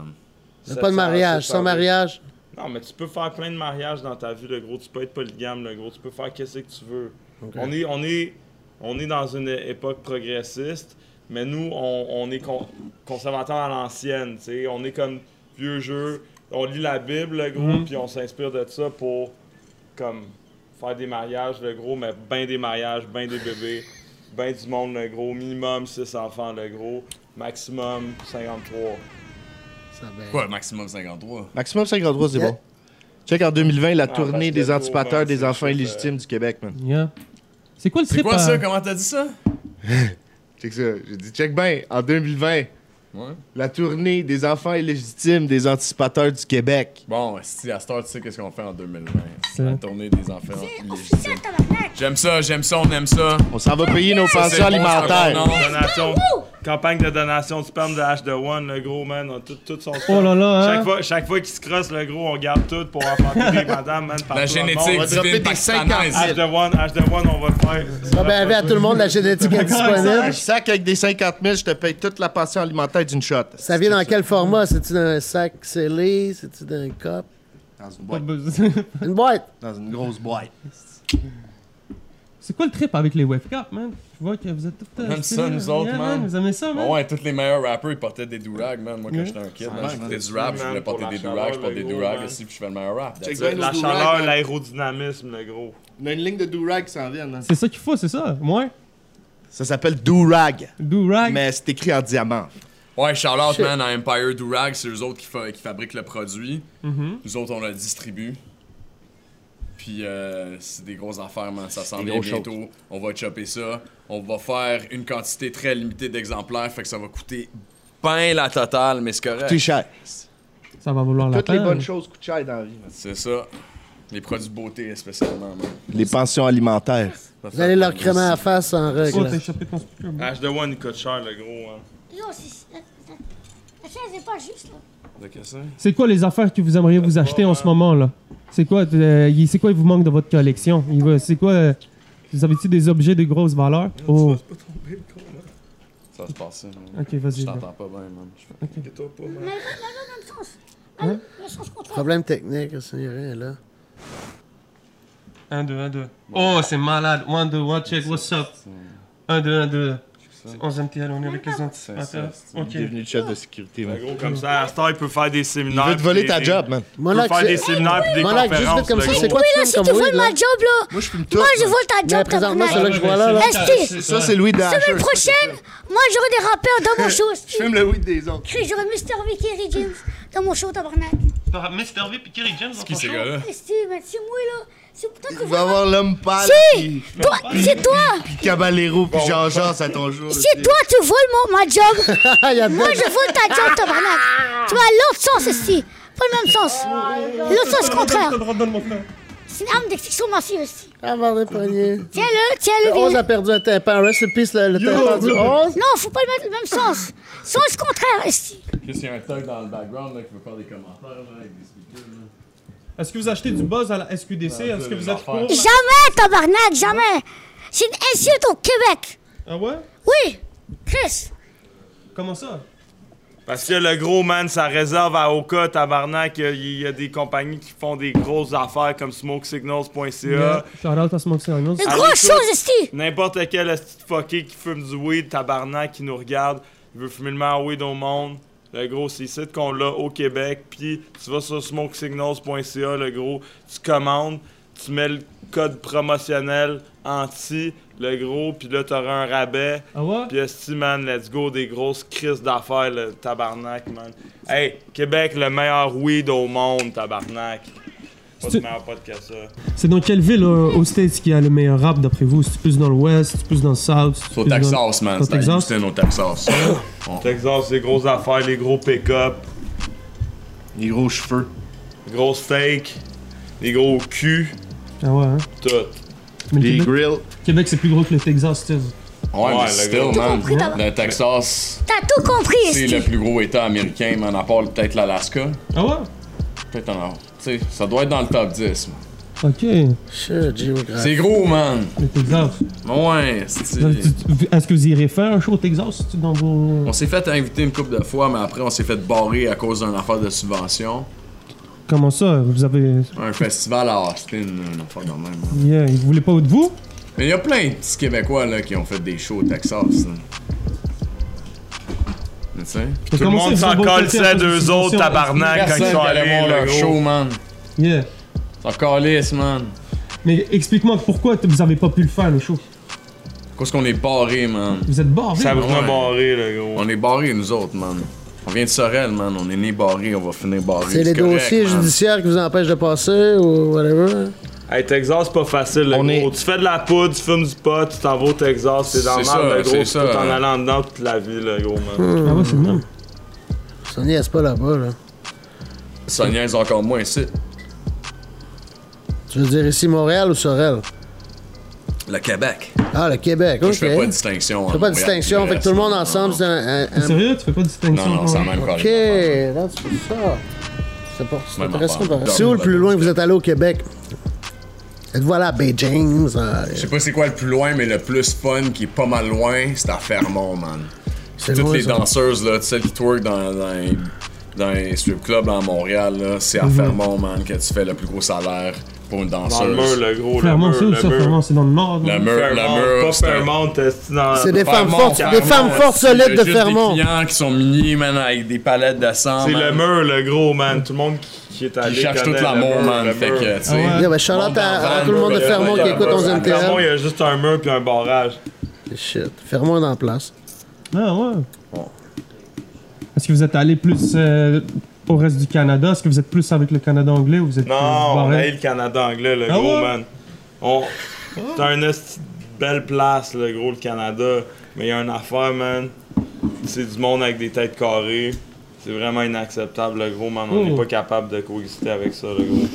[SPEAKER 2] Mais pas de mariage,
[SPEAKER 5] 700,
[SPEAKER 2] sans mariage.
[SPEAKER 5] Non, mais tu peux faire plein de mariages dans ta vie, le gros. Tu peux être polygame, le gros. Tu peux faire qu'est-ce que tu veux. On, est, on, est, on est dans une époque progressiste, mais nous, on, on est con- conservateurs à l'ancienne, tu sais. On est comme vieux jeu. On lit la Bible, le gros, puis on s'inspire de ça pour, comme, faire des mariages, le gros, mais ben des mariages, ben des bébés. ben du monde le gros, minimum 6 enfants le gros, maximum 53.
[SPEAKER 2] Ça va être-
[SPEAKER 3] Quoi, maximum 53?
[SPEAKER 6] Maximum 53, c'est
[SPEAKER 2] Yeah.
[SPEAKER 6] bon. Check en 2020 la
[SPEAKER 5] Ah, parce
[SPEAKER 6] tournée
[SPEAKER 5] que
[SPEAKER 6] des
[SPEAKER 5] le
[SPEAKER 6] antipateurs
[SPEAKER 5] gouvernement,
[SPEAKER 6] des
[SPEAKER 5] c'est
[SPEAKER 6] enfants
[SPEAKER 5] tout, euh,
[SPEAKER 6] illégitimes du Québec, man.
[SPEAKER 1] Yeah. C'est quoi le
[SPEAKER 3] C'est
[SPEAKER 1] trip
[SPEAKER 3] quoi
[SPEAKER 1] à-
[SPEAKER 3] ça? Comment t'as dit ça?
[SPEAKER 6] Check ça. J'ai dit, check bien, en 2020,
[SPEAKER 3] Ouais.
[SPEAKER 6] la tournée des enfants illégitimes des anticipateurs du Québec.
[SPEAKER 3] Bon, si à Star, tu sais qu'est-ce qu'on fait en 2020.
[SPEAKER 1] C'est-
[SPEAKER 3] La tournée des enfants
[SPEAKER 4] Ça,
[SPEAKER 3] illégitimes.
[SPEAKER 4] tabarnak.
[SPEAKER 3] J'aime ça, j'aime ça, on aime ça.
[SPEAKER 6] On s'en va payer nos
[SPEAKER 3] C'est
[SPEAKER 6] pensions
[SPEAKER 3] bon, ça,
[SPEAKER 6] alimentaires.
[SPEAKER 3] non?
[SPEAKER 5] Donation, campagne de donation de sperme de H1, le gros, man, on a tout, tout son sperme.
[SPEAKER 1] Oh là là, hein?
[SPEAKER 5] Chaque fois, chaque fois qu'il se crosse, le gros, on garde tout pour enfanter des madames, man, partout
[SPEAKER 3] La
[SPEAKER 5] dans le monde.
[SPEAKER 3] génétique
[SPEAKER 6] va dropper
[SPEAKER 3] divine
[SPEAKER 6] des 50
[SPEAKER 3] pakistanaise.
[SPEAKER 5] H1, H1, on va le faire.
[SPEAKER 2] Ah, ben, avec à tout le monde la génétique est
[SPEAKER 6] Un
[SPEAKER 2] disponible.
[SPEAKER 6] sac avec des 50 000, je te paye toute la pension alimentaire d'une shot.
[SPEAKER 2] Ça vient dans quel format? C'est-tu d'un sac scellé? C'est-tu d'un cop?
[SPEAKER 6] Dans une
[SPEAKER 1] Pas
[SPEAKER 6] boîte.
[SPEAKER 1] de besoin.
[SPEAKER 2] Une boîte!
[SPEAKER 6] Dans une grosse boîte.
[SPEAKER 1] C'est quoi le trip avec les Webcap, man? Je vois que vous êtes tous. euh,
[SPEAKER 3] aime ça,
[SPEAKER 1] stylés,
[SPEAKER 3] nous autres,
[SPEAKER 1] yeah,
[SPEAKER 3] man.
[SPEAKER 1] Vous aimez ça, man?
[SPEAKER 3] Bon, ouais, tous les meilleurs rappers, ils portaient des dourags, man. Moi, quand
[SPEAKER 1] Ouais.
[SPEAKER 3] j'étais un kid,
[SPEAKER 6] Ouais,
[SPEAKER 3] man, j'écoutais du rap, je voulais
[SPEAKER 5] man,
[SPEAKER 3] porter
[SPEAKER 5] pour
[SPEAKER 3] des
[SPEAKER 5] la
[SPEAKER 3] dourags, je porte des
[SPEAKER 5] chaleur, le
[SPEAKER 3] dourags
[SPEAKER 5] gros,
[SPEAKER 3] aussi, puis je fais le meilleur rap. that's
[SPEAKER 6] Check
[SPEAKER 3] it.
[SPEAKER 6] bien
[SPEAKER 5] La
[SPEAKER 6] nos
[SPEAKER 5] chaleur,
[SPEAKER 6] dourags, man.
[SPEAKER 5] l'aérodynamisme, le gros.
[SPEAKER 6] On a une ligne de do-rag qui s'en vient. hein.
[SPEAKER 1] C'est ça qu'il faut, c'est ça. Moi,
[SPEAKER 6] Ça s'appelle do-rag,
[SPEAKER 1] do-rag.
[SPEAKER 6] mais c'est écrit en diamant.
[SPEAKER 3] Ouais, shout out,
[SPEAKER 2] Shit.
[SPEAKER 3] man, à Empire Durag, c'est eux autres qui, fa- qui fabriquent le produit.
[SPEAKER 5] Mm-hmm.
[SPEAKER 3] Nous autres, on le distribue. Puis, euh, c'est des grosses affaires, man. Ça s'en
[SPEAKER 6] Des
[SPEAKER 3] vient
[SPEAKER 6] grosses
[SPEAKER 3] bientôt. On va chopper ça. On va faire une quantité très limitée d'exemplaires, fait que ça va coûter ben la totale, mais c'est
[SPEAKER 6] T'es
[SPEAKER 3] correct.
[SPEAKER 6] cher.
[SPEAKER 1] Ça va vouloir la
[SPEAKER 6] Toutes les
[SPEAKER 1] peine.
[SPEAKER 6] bonnes choses coûtent cher dans la vie. man.
[SPEAKER 3] C'est ça. Les produits beauté, spécialement, man.
[SPEAKER 6] Les pensions alimentaires.
[SPEAKER 3] Ça
[SPEAKER 2] Vous
[SPEAKER 3] fait
[SPEAKER 2] allez leur
[SPEAKER 3] mal.
[SPEAKER 2] crémer à la face en
[SPEAKER 1] Oh, t'as
[SPEAKER 2] règle.
[SPEAKER 1] échappé ton speaker, man.
[SPEAKER 5] H1, il coûte cher, le gros, hein.
[SPEAKER 4] Yo, c'est- la- la la chaise est pas juste, là.
[SPEAKER 3] De que ça?
[SPEAKER 1] C'est quoi les affaires que vous aimeriez vous acheter en ce moment, là? C'est quoi, euh, y- c'est quoi il vous manque dans votre collection? Il va- C'est quoi... euh, vous avez-tu des objets de grosse valeur? Oh,
[SPEAKER 3] Ça se passe, ça, man.
[SPEAKER 1] ok, vas-y.
[SPEAKER 3] Je
[SPEAKER 1] là.
[SPEAKER 3] t'entends pas bien, man.
[SPEAKER 4] Mais elle va dans le sens. Elle- Le sens contraire.
[SPEAKER 2] Problème technique, il n'y a rien là.
[SPEAKER 1] 1, 2, 1, 2. Oh, c'est malade. 1, 2, 1, check, what's up? 1, 2, 1, 2.
[SPEAKER 3] C'est
[SPEAKER 1] 11e TL, on est avec les
[SPEAKER 3] anticipateurs.
[SPEAKER 1] Ok.
[SPEAKER 6] Il est devenu le chef de sécurité,
[SPEAKER 5] Le
[SPEAKER 6] man.
[SPEAKER 5] gros, comme ça, à Star, il peut faire des
[SPEAKER 6] Il
[SPEAKER 5] séminaires.
[SPEAKER 6] veut te voler
[SPEAKER 5] puis
[SPEAKER 6] ta
[SPEAKER 5] des-
[SPEAKER 6] job, man.
[SPEAKER 5] Il peut
[SPEAKER 2] Monac,
[SPEAKER 5] faire des
[SPEAKER 2] c'est-
[SPEAKER 5] séminaires puis des
[SPEAKER 2] Monac, juste
[SPEAKER 5] conférences,
[SPEAKER 2] vite comme
[SPEAKER 5] le
[SPEAKER 2] ça,
[SPEAKER 5] gros.
[SPEAKER 2] c'est quoi
[SPEAKER 4] Là,
[SPEAKER 2] tu
[SPEAKER 4] si
[SPEAKER 2] filmes
[SPEAKER 4] tu
[SPEAKER 2] comme
[SPEAKER 4] voles
[SPEAKER 2] weed, là?
[SPEAKER 4] ma job, là,
[SPEAKER 6] Moi, je fume tout.
[SPEAKER 4] moi, je vole ta
[SPEAKER 2] Mais
[SPEAKER 4] job,
[SPEAKER 2] présentement, c'est là
[SPEAKER 4] tabarnak.
[SPEAKER 2] que je vois là. là.
[SPEAKER 4] Esti,
[SPEAKER 6] Ça, c'est Louis Dash.
[SPEAKER 4] semaine prochaine, moi, j'aurai des rappeurs dans mon show,
[SPEAKER 6] Je fume le weed des autres.
[SPEAKER 4] Chris, j'aurai Mr. V, Kerry James dans mon show, tabarnak.
[SPEAKER 1] Mr. V puis Kerry James
[SPEAKER 3] Qui ces gars-là?
[SPEAKER 4] Esti, mais c'est moi, là. C'est toi que
[SPEAKER 6] Tu vas avoir l'homme pâle,
[SPEAKER 4] Si!
[SPEAKER 6] puis
[SPEAKER 4] Toi, c'est toi!
[SPEAKER 6] Caballero, puis Jean-Jean, à ton jour.
[SPEAKER 4] Si toi, tu voles mon, ma job,
[SPEAKER 2] Ah, il y a dedans.
[SPEAKER 4] moi, je vole ta job, tabarnak. Tu vas à l'autre sens, Esti. Pas le même sens. L'autre sens contraire. C'est une arme d'extinction massive, Esti.
[SPEAKER 2] Ah, bordel, poignet.
[SPEAKER 4] Tiens-le, tiens-le,
[SPEAKER 2] On
[SPEAKER 4] viens.
[SPEAKER 2] a perdu un tympan. Rest in peace, le, le tympan du 11.
[SPEAKER 4] Non, faut pas le mettre le même sens. Sens contraire, Esti.
[SPEAKER 3] Qu'est-ce qu'il y a un thug dans le background là, qui veut faire des commentaires là, avec des speakers? Là.
[SPEAKER 1] Est-ce que vous achetez du buzz à la SQDC? Est-ce que vous êtes pour?
[SPEAKER 4] Jamais, tabarnak, jamais. C'est une insulte au Québec.
[SPEAKER 1] Ah ouais?
[SPEAKER 4] Oui, Chris.
[SPEAKER 1] Comment ça?
[SPEAKER 5] Parce que le gros, man, ça réserve à Oka, tabarnak. Il y a- il y a des compagnies qui font des grosses affaires comme smokesignals.ca.
[SPEAKER 1] Shout out à Smoke Signals.
[SPEAKER 4] Une
[SPEAKER 5] Allez,
[SPEAKER 4] grosse
[SPEAKER 5] toi.
[SPEAKER 4] chose, Esti.
[SPEAKER 5] N'importe quel esti de fucké qui fume du weed, tabarnak, qui nous regarde, il veut fumer le meilleur weed au monde. Le gros, c'est ici qu'on l'a au Québec. Puis tu vas sur smokesignals.ca, le gros, tu commandes, tu mets le code promotionnel anti, le gros, puis là, t'auras un rabais.
[SPEAKER 1] Ah ouais?
[SPEAKER 5] Puis esti, man, let's go, des grosses crises d'affaires, le tabarnak, man. Hey, Québec, le meilleur weed au monde, tabarnak. Pas de
[SPEAKER 1] C'est-
[SPEAKER 5] meilleur pod que ça.
[SPEAKER 1] C'est dans quelle ville euh, aux States qui a le meilleur rap d'après vous? C'est plus dans l'ouest, c'est plus dans le south? c'est
[SPEAKER 3] C'est au
[SPEAKER 1] plus dans-
[SPEAKER 3] Texas, man.
[SPEAKER 1] Au
[SPEAKER 3] C'est à
[SPEAKER 1] Texas?
[SPEAKER 3] Houston, au Texas.
[SPEAKER 5] Texas, les grosses affaires, les gros pick-up.
[SPEAKER 6] Les gros cheveux.
[SPEAKER 5] gros steak, des gros culs,
[SPEAKER 1] Ah ouais, hein?
[SPEAKER 5] tout.
[SPEAKER 1] Mais le
[SPEAKER 6] Les
[SPEAKER 1] Québec,
[SPEAKER 6] grills.
[SPEAKER 1] Québec, c'est plus gros que le Texas, tu sais.
[SPEAKER 3] Ouais,
[SPEAKER 5] Ouais,
[SPEAKER 3] mais
[SPEAKER 5] le
[SPEAKER 3] still,
[SPEAKER 5] gros.
[SPEAKER 4] T'as
[SPEAKER 3] man.
[SPEAKER 4] compris, t'as-
[SPEAKER 3] Le Texas,
[SPEAKER 4] T'as tout compris,
[SPEAKER 3] c'est le
[SPEAKER 4] Esti.
[SPEAKER 3] plus gros État américain, man, à part peut-être l'Alaska.
[SPEAKER 1] Ah ouais?
[SPEAKER 3] Peut-être en Tu sais, ça doit être dans le top 10, man.
[SPEAKER 1] Ok, le
[SPEAKER 2] Shit, géographie.
[SPEAKER 3] C'est gros, man.
[SPEAKER 1] Texas.
[SPEAKER 3] Ouais,
[SPEAKER 1] Vous avez-
[SPEAKER 3] c'est...
[SPEAKER 1] tu- Est-ce que vous irez faire un show au Texas tu- dans vos.
[SPEAKER 3] On s'est fait inviter une couple de fois, mais après, on s'est fait barrer à cause d'une affaire de subvention.
[SPEAKER 1] Comment ça? Vous avez.
[SPEAKER 3] Un festival à Austin, une affaire de même. man.
[SPEAKER 1] Yeah, ils voulaient pas de vous?
[SPEAKER 3] Mais il y a plein de petits Québécois, là, qui ont fait des shows au Texas, là. Mais tu sais...
[SPEAKER 1] Tout
[SPEAKER 5] le monde s'en colle, c'est deux autres, tabarnak. Quand ils
[SPEAKER 3] Personne
[SPEAKER 5] sont
[SPEAKER 3] qui allait
[SPEAKER 5] allés,
[SPEAKER 3] voir
[SPEAKER 5] le
[SPEAKER 3] leur
[SPEAKER 5] gros.
[SPEAKER 3] show, man.
[SPEAKER 1] Yeah.
[SPEAKER 3] C'est encore lisse, man.
[SPEAKER 1] Mais explique-moi pourquoi t- vous avez pas pu le faire, le show.
[SPEAKER 3] Qu'est-ce qu'on est barré, man?
[SPEAKER 1] Vous êtes barré.
[SPEAKER 5] Ça vous
[SPEAKER 3] Ouais.
[SPEAKER 5] barré, le gros.
[SPEAKER 3] On est barré, nous autres, man. On vient de Sorel, man. On est né barré, on va finir barré.
[SPEAKER 2] C'est les
[SPEAKER 3] correct,
[SPEAKER 2] dossiers
[SPEAKER 3] man.
[SPEAKER 2] judiciaires qui vous empêchent de passer ou whatever. hein.
[SPEAKER 5] Hey, Texas, c'est pas facile, le
[SPEAKER 6] On
[SPEAKER 5] gros.
[SPEAKER 6] est-
[SPEAKER 5] Tu fais de la poudre, tu fumes du pot, tu t'en vas au Texas, c'est dans le
[SPEAKER 3] C'est
[SPEAKER 5] mal,
[SPEAKER 3] ça,
[SPEAKER 5] le gros,
[SPEAKER 3] c'est
[SPEAKER 5] tu
[SPEAKER 3] ça. Hmm.
[SPEAKER 5] peux t'en aller en dedans toute la vie, le gros, man.
[SPEAKER 1] Ah ouais, c'est le même.
[SPEAKER 2] Ça niaise pas là-bas, là.
[SPEAKER 3] Ça niaise encore moins ici.
[SPEAKER 2] Tu veux dire ici Montréal ou Sorel?
[SPEAKER 3] Le Québec.
[SPEAKER 2] Ah, le Québec,
[SPEAKER 3] Moi,
[SPEAKER 2] ok.
[SPEAKER 3] Je fais pas de distinction.
[SPEAKER 2] Fais pas de distinction, fait que tout le monde ensemble, c'est un... un- un-
[SPEAKER 1] Sérieux, tu fais pas de distinction?
[SPEAKER 3] Non, non, c'est la même
[SPEAKER 2] Ok,
[SPEAKER 3] carrière.
[SPEAKER 2] là, c'est pour ça. C'est pour c'est
[SPEAKER 3] Même
[SPEAKER 2] intéressant.
[SPEAKER 3] affaire.
[SPEAKER 2] pareil. C'est où le plus loin que vous êtes allé au Québec? Êtes-vous allé à Beijing? Euh, ça-
[SPEAKER 3] Je sais pas c'est quoi le plus loin, mais le plus fun qui est pas mal loin, c'est à Fermont, man.
[SPEAKER 2] C'est
[SPEAKER 3] Toutes
[SPEAKER 2] loin,
[SPEAKER 3] les
[SPEAKER 2] ça.
[SPEAKER 3] danseuses, là, celles qui twerk dans, dans, les- dans les strip clubs à Montréal, là, c'est
[SPEAKER 2] Mhm.
[SPEAKER 3] à Fermont, man, que tu fais le plus gros salaire pour une danseuse.
[SPEAKER 5] Dans le mur, le gros, le
[SPEAKER 1] Fermont,
[SPEAKER 5] mur,
[SPEAKER 1] c'est où ça?
[SPEAKER 5] le mur.
[SPEAKER 1] Fermont, c'est dans le nord. hein. non?
[SPEAKER 3] Le mur, le
[SPEAKER 5] Fairmont,
[SPEAKER 3] mur,
[SPEAKER 5] pas
[SPEAKER 3] c'est un-
[SPEAKER 5] Fairmont, c'est dans...
[SPEAKER 2] C'est des femmes
[SPEAKER 3] Fermont,
[SPEAKER 2] fortes, des
[SPEAKER 3] Fermont,
[SPEAKER 2] femmes fortes
[SPEAKER 3] c'est- il y
[SPEAKER 2] solides
[SPEAKER 3] a
[SPEAKER 2] de
[SPEAKER 3] juste
[SPEAKER 2] Fermont.
[SPEAKER 3] des clients qui sont mini, man, avec des palettes de sang.
[SPEAKER 5] C'est
[SPEAKER 3] man.
[SPEAKER 5] le mur, le gros, man. Tout le monde qui, qui est allé
[SPEAKER 3] Ils cherchent tout
[SPEAKER 5] connaît le
[SPEAKER 3] l'amour,
[SPEAKER 5] mur,
[SPEAKER 3] man.
[SPEAKER 5] le
[SPEAKER 3] Fait
[SPEAKER 5] mur.
[SPEAKER 3] que, tu sais.
[SPEAKER 1] Ah
[SPEAKER 2] Yeah, ben, shout out à, à tout le monde de Fermont qui écoute 11
[SPEAKER 5] À Clermont, il y
[SPEAKER 2] MTL.
[SPEAKER 5] a juste un mur puis un barrage.
[SPEAKER 2] Shit, Fermont est en place.
[SPEAKER 1] Ah ouais. Est-ce que vous êtes allé plus euh, au reste du Canada? Est-ce que vous êtes plus avec le Canada anglais ou vous êtes euh, plus
[SPEAKER 5] Non, on
[SPEAKER 1] barré?
[SPEAKER 5] a eu le Canada anglais, le
[SPEAKER 1] Ah
[SPEAKER 5] gros,
[SPEAKER 1] ouais? Ah.
[SPEAKER 5] man. On... C'est un esti de belle place, le gros, le Canada. Mais il y a une affaire, man. C'est du monde avec des têtes carrées. C'est vraiment inacceptable, le gros, man. On n'est
[SPEAKER 1] Oh.
[SPEAKER 5] pas capable de coexister avec ça, le gros.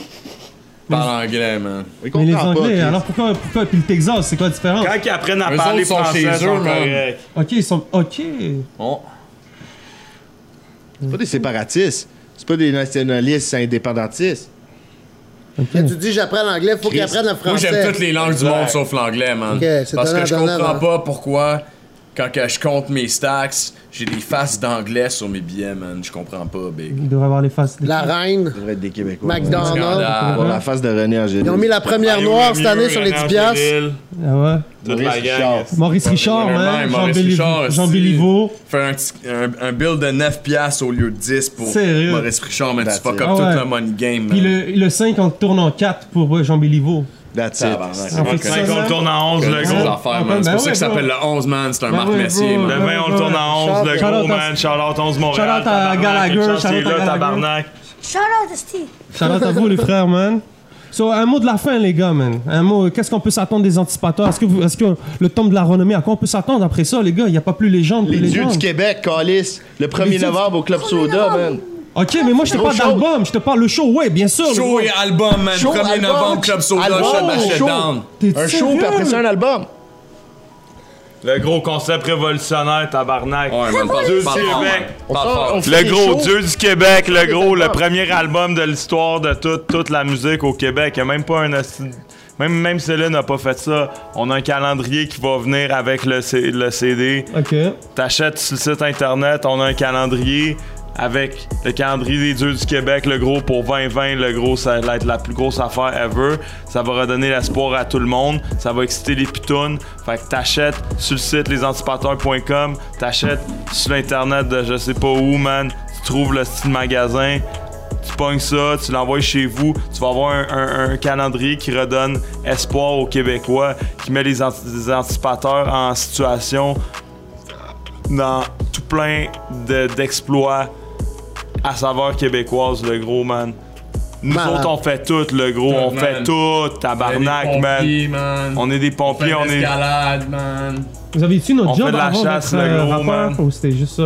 [SPEAKER 3] Parle anglais, man.
[SPEAKER 6] Ils
[SPEAKER 1] Mais les
[SPEAKER 6] comprennent
[SPEAKER 1] Anglais,
[SPEAKER 6] Chris.
[SPEAKER 1] alors pourquoi, pourquoi? Puis le Texas, c'est quoi la différence?
[SPEAKER 5] Quand ils apprennent à
[SPEAKER 3] Eux
[SPEAKER 5] parler
[SPEAKER 3] autres sont
[SPEAKER 5] français,
[SPEAKER 3] chez
[SPEAKER 5] ils
[SPEAKER 3] eux,
[SPEAKER 5] sont
[SPEAKER 3] man.
[SPEAKER 5] corrects.
[SPEAKER 1] Ok, ils sont. Ok.
[SPEAKER 3] Oh.
[SPEAKER 6] C'est pas des séparatistes. C'est pas des nationalistes indépendantistes.
[SPEAKER 2] Quand tu dis j'apprends l'anglais, faut qu'ils apprennent le
[SPEAKER 3] Moi,
[SPEAKER 2] français.
[SPEAKER 3] j'aime toutes les langues du monde sauf l'anglais, man.
[SPEAKER 2] Ok, c'est hein.
[SPEAKER 3] Parce que je
[SPEAKER 2] donnant,
[SPEAKER 3] comprends
[SPEAKER 2] donnant,
[SPEAKER 3] pas pourquoi, quand que je compte mes stacks, j'ai des faces d'anglais sur mes billets, man. Je comprends pas, big.
[SPEAKER 1] Ils devraient avoir les faces.
[SPEAKER 2] La reine,
[SPEAKER 6] Ça devrait être des Québécois.
[SPEAKER 2] McDonald's.
[SPEAKER 6] Pour
[SPEAKER 3] Scandale.
[SPEAKER 6] la face de René Angélil.
[SPEAKER 2] Ils ont mis la première
[SPEAKER 5] Mario
[SPEAKER 2] noire cette année
[SPEAKER 5] Lemieux,
[SPEAKER 2] sur les
[SPEAKER 5] René
[SPEAKER 2] 10 piastres.
[SPEAKER 5] Angélil,
[SPEAKER 1] Ah ouais.
[SPEAKER 5] Toute
[SPEAKER 6] Maurice
[SPEAKER 5] la gang.
[SPEAKER 6] Richard.
[SPEAKER 1] Maurice Richard,
[SPEAKER 3] Même,
[SPEAKER 1] man. Jean
[SPEAKER 3] Maurice
[SPEAKER 1] Béliveau.
[SPEAKER 3] Richard,
[SPEAKER 1] Jean
[SPEAKER 3] si.
[SPEAKER 1] Béliveau.
[SPEAKER 3] Faire un, petit- un, un bill de 9 piastres au lieu de 10 pour
[SPEAKER 1] Sérieux?
[SPEAKER 3] Maurice Richard, mais tu
[SPEAKER 6] That's
[SPEAKER 3] fuck
[SPEAKER 6] it.
[SPEAKER 3] up
[SPEAKER 1] Ah
[SPEAKER 3] tout
[SPEAKER 1] ouais.
[SPEAKER 3] le money game,
[SPEAKER 1] Puis
[SPEAKER 3] man.
[SPEAKER 1] le, le 5, on le tourne en 4 pour euh, Jean Béliveau.
[SPEAKER 6] That's it.
[SPEAKER 1] En
[SPEAKER 3] Tabarnak,
[SPEAKER 1] fait,
[SPEAKER 3] c'est
[SPEAKER 1] ça,
[SPEAKER 3] pas
[SPEAKER 5] Cinq,
[SPEAKER 1] là.
[SPEAKER 3] correct.
[SPEAKER 5] on le tourne en 11, le
[SPEAKER 3] C'est des
[SPEAKER 5] gros.
[SPEAKER 1] Ah,
[SPEAKER 3] affaires, man. C'est
[SPEAKER 1] ben
[SPEAKER 3] pour ça
[SPEAKER 1] ouais,
[SPEAKER 3] que ça
[SPEAKER 1] bro.
[SPEAKER 3] s'appelle le 11, man. C'est un
[SPEAKER 1] Ben
[SPEAKER 3] Marc
[SPEAKER 1] ouais,
[SPEAKER 3] Messier,
[SPEAKER 1] bro.
[SPEAKER 3] man.
[SPEAKER 5] Le 20, on le tourne en 11, le
[SPEAKER 1] Shout
[SPEAKER 5] gros,
[SPEAKER 1] out à-
[SPEAKER 5] man. Charlotte 11 Montréal.
[SPEAKER 1] Shout out à
[SPEAKER 5] tabarnak,
[SPEAKER 1] Gallagher,
[SPEAKER 5] quelque chose
[SPEAKER 1] shout
[SPEAKER 5] qui
[SPEAKER 1] out à
[SPEAKER 5] est là,
[SPEAKER 1] Gallagher.
[SPEAKER 5] tabarnak.
[SPEAKER 4] Charlotte, Esti.
[SPEAKER 1] Shout-out à vous, les frères, man. So, un mot de la fin, les gars, man. Un mot, euh, qu'est-ce qu'on peut s'attendre des anticipateurs? Est-ce que, vous- est-ce que le temple de la renommée, à quoi on peut s'attendre après ça, les gars? Il n'y a pas plus légende que
[SPEAKER 6] Les dieux
[SPEAKER 1] légende.
[SPEAKER 6] du Québec, Calis. Le
[SPEAKER 1] Les
[SPEAKER 6] 1er
[SPEAKER 1] dieux
[SPEAKER 6] novembre au Club Soda, man.
[SPEAKER 1] Ok, mais moi, je te
[SPEAKER 6] Gros
[SPEAKER 1] parle
[SPEAKER 6] show.
[SPEAKER 1] d'album. Je te parle le show, ouais, bien sûr. le
[SPEAKER 3] Show
[SPEAKER 1] gros.
[SPEAKER 3] et album, man.
[SPEAKER 6] Show,
[SPEAKER 3] 1er
[SPEAKER 6] album,
[SPEAKER 3] novembre, Club Soda,
[SPEAKER 6] album,
[SPEAKER 3] Shut My Shut
[SPEAKER 6] show.
[SPEAKER 3] Down.
[SPEAKER 1] T'es
[SPEAKER 6] Un show,
[SPEAKER 1] sérieux?
[SPEAKER 6] puis après ça, un album.
[SPEAKER 5] Le gros concept révolutionnaire, tabarnak.
[SPEAKER 3] Ouais, man, parle-
[SPEAKER 5] Dieu du
[SPEAKER 3] parle fort, man.
[SPEAKER 5] Québec.
[SPEAKER 6] On
[SPEAKER 3] Parle
[SPEAKER 6] sort-
[SPEAKER 3] fort.
[SPEAKER 6] on fait
[SPEAKER 5] Le
[SPEAKER 6] des
[SPEAKER 5] gros
[SPEAKER 6] shows.
[SPEAKER 5] Dieu du Québec, le gros, le
[SPEAKER 6] albums.
[SPEAKER 5] premier album de l'histoire de toute, toute la musique au Québec. Il y a même pas un asti- même, même Céline n'a pas fait ça. On a un calendrier qui va venir avec le, C- le CD.
[SPEAKER 1] Ok.
[SPEAKER 5] T'achètes sur le site internet, on a un calendrier avec le calendrier des dieux du Québec, le gros pour 2020, le gros ça va être la plus grosse affaire ever. Ça va redonner l'espoir à tout le monde, ça va exciter les pitounes. Fait que t'achètes sur le site lesanticipateurs.com, t'achètes sur l'internet de je sais pas où, man, tu trouves le style magasin, tu pognes ça, tu l'envoies chez vous, tu vas avoir un, un- un calendrier qui redonne espoir aux Québécois, qui met les, anti- les anticipateurs en situation dans tout plein de- d'exploits à saveur québécoise, le gros man. Nous
[SPEAKER 2] Malade.
[SPEAKER 5] autres, on fait tout, le gros,
[SPEAKER 3] Tout,
[SPEAKER 5] on
[SPEAKER 3] man.
[SPEAKER 5] fait tout, tabarnak, man.
[SPEAKER 3] Pompiers, man.
[SPEAKER 5] On est des pompiers, on est.
[SPEAKER 3] escalade, man.
[SPEAKER 1] Vous avez tu notre
[SPEAKER 5] On
[SPEAKER 1] job
[SPEAKER 5] fait de la
[SPEAKER 1] avant
[SPEAKER 5] chasse,
[SPEAKER 1] d'être,
[SPEAKER 5] le
[SPEAKER 1] euh,
[SPEAKER 5] gros,
[SPEAKER 1] rappeur,
[SPEAKER 5] man.
[SPEAKER 1] ou c'était juste ça?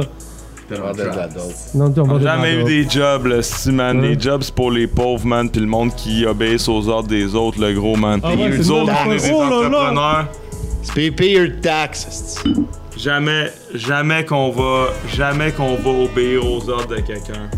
[SPEAKER 6] Moi,
[SPEAKER 1] Non, on
[SPEAKER 5] On
[SPEAKER 1] va
[SPEAKER 5] a jamais eu
[SPEAKER 1] demander.
[SPEAKER 5] des jobs, le si, man.
[SPEAKER 1] Ouais.
[SPEAKER 5] Les jobs, c'est pour les pauvres, man, puis le monde qui obéissent aux ordres des autres, le gros, man.
[SPEAKER 1] Ah ouais, c'est
[SPEAKER 5] Nous autres,
[SPEAKER 1] une
[SPEAKER 5] on
[SPEAKER 1] bonne
[SPEAKER 5] est des
[SPEAKER 1] affaire. Oh là là.
[SPEAKER 5] entrepreneurs.
[SPEAKER 6] Pay, pay your taxes.
[SPEAKER 5] Jamais, jamais qu'on va, jamais qu'on va obéir aux ordres de quelqu'un.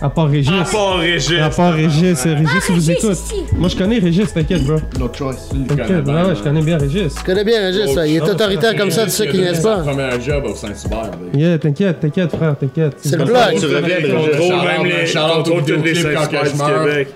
[SPEAKER 1] À part Régis.
[SPEAKER 5] À part Régis.
[SPEAKER 1] À part Régis, euh, Régis, si vous
[SPEAKER 4] Régis,
[SPEAKER 1] écoute.
[SPEAKER 4] si.
[SPEAKER 1] Moi, je connais Régis, t'inquiète, bro.
[SPEAKER 6] No choice.
[SPEAKER 1] T'inquiète, ben ouais, ouais, je connais bien Régis.
[SPEAKER 2] Tu connais bien Régis, ça. Il est
[SPEAKER 1] Oh,
[SPEAKER 2] autoritaire comme ça, tu sais qu'il n'est pas.
[SPEAKER 3] Premier job au Saint-Hubert.
[SPEAKER 1] Yeah, t'inquiète, t'inquiète, frère, t'inquiète.
[SPEAKER 2] C'est le plug.
[SPEAKER 6] Tu reviens, mais
[SPEAKER 5] On
[SPEAKER 3] Shout
[SPEAKER 5] trouve
[SPEAKER 3] out,
[SPEAKER 5] même
[SPEAKER 3] man.
[SPEAKER 5] les.
[SPEAKER 3] Shout out
[SPEAKER 5] on trouve
[SPEAKER 3] aux
[SPEAKER 5] toutes les
[SPEAKER 3] vidéos
[SPEAKER 5] cinq
[SPEAKER 3] clips
[SPEAKER 5] du
[SPEAKER 3] quand je meurs.
[SPEAKER 5] Québec.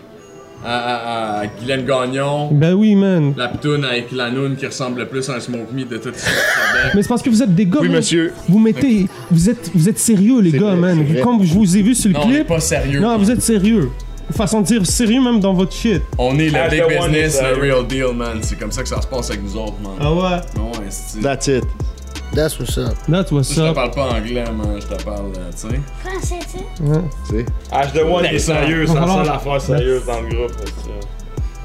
[SPEAKER 3] À, à, à Guylaine Gagnon,
[SPEAKER 1] Ben oui, man.
[SPEAKER 3] la pitoune avec la noune qui ressemble le plus à un smoke meat de tout ce Québec.
[SPEAKER 1] Mais c'est parce que vous êtes des gars.
[SPEAKER 6] Oui,
[SPEAKER 1] man.
[SPEAKER 6] monsieur.
[SPEAKER 1] Vous mettez. Vous êtes, vous êtes sérieux, les gars,
[SPEAKER 6] vrai,
[SPEAKER 1] man.
[SPEAKER 6] c'est vrai.
[SPEAKER 1] Comme je vous ai vu sur le
[SPEAKER 3] Non, on est
[SPEAKER 1] clip.
[SPEAKER 3] pas sérieux.
[SPEAKER 1] non, vous êtes sérieux. façon de dire sérieux même dans votre shit.
[SPEAKER 3] On est le
[SPEAKER 5] Ah,
[SPEAKER 3] big
[SPEAKER 5] the one
[SPEAKER 3] business,
[SPEAKER 5] is,
[SPEAKER 3] le
[SPEAKER 5] uh,
[SPEAKER 3] real deal, man. C'est comme ça que ça se passe avec nous autres, man.
[SPEAKER 1] Ah ouais.
[SPEAKER 3] Non, est-ce que-
[SPEAKER 6] That's it.
[SPEAKER 2] That's what's up.
[SPEAKER 1] That's what's
[SPEAKER 3] Je te
[SPEAKER 1] up.
[SPEAKER 3] parle pas anglais, man. Je te parle, euh, tu sais.
[SPEAKER 4] Français, tu sais.
[SPEAKER 6] Tu sais.
[SPEAKER 5] H2O, il est sérieux, c'est la
[SPEAKER 1] Alors-
[SPEAKER 5] seule affaire sérieuse dans le groupe. c'est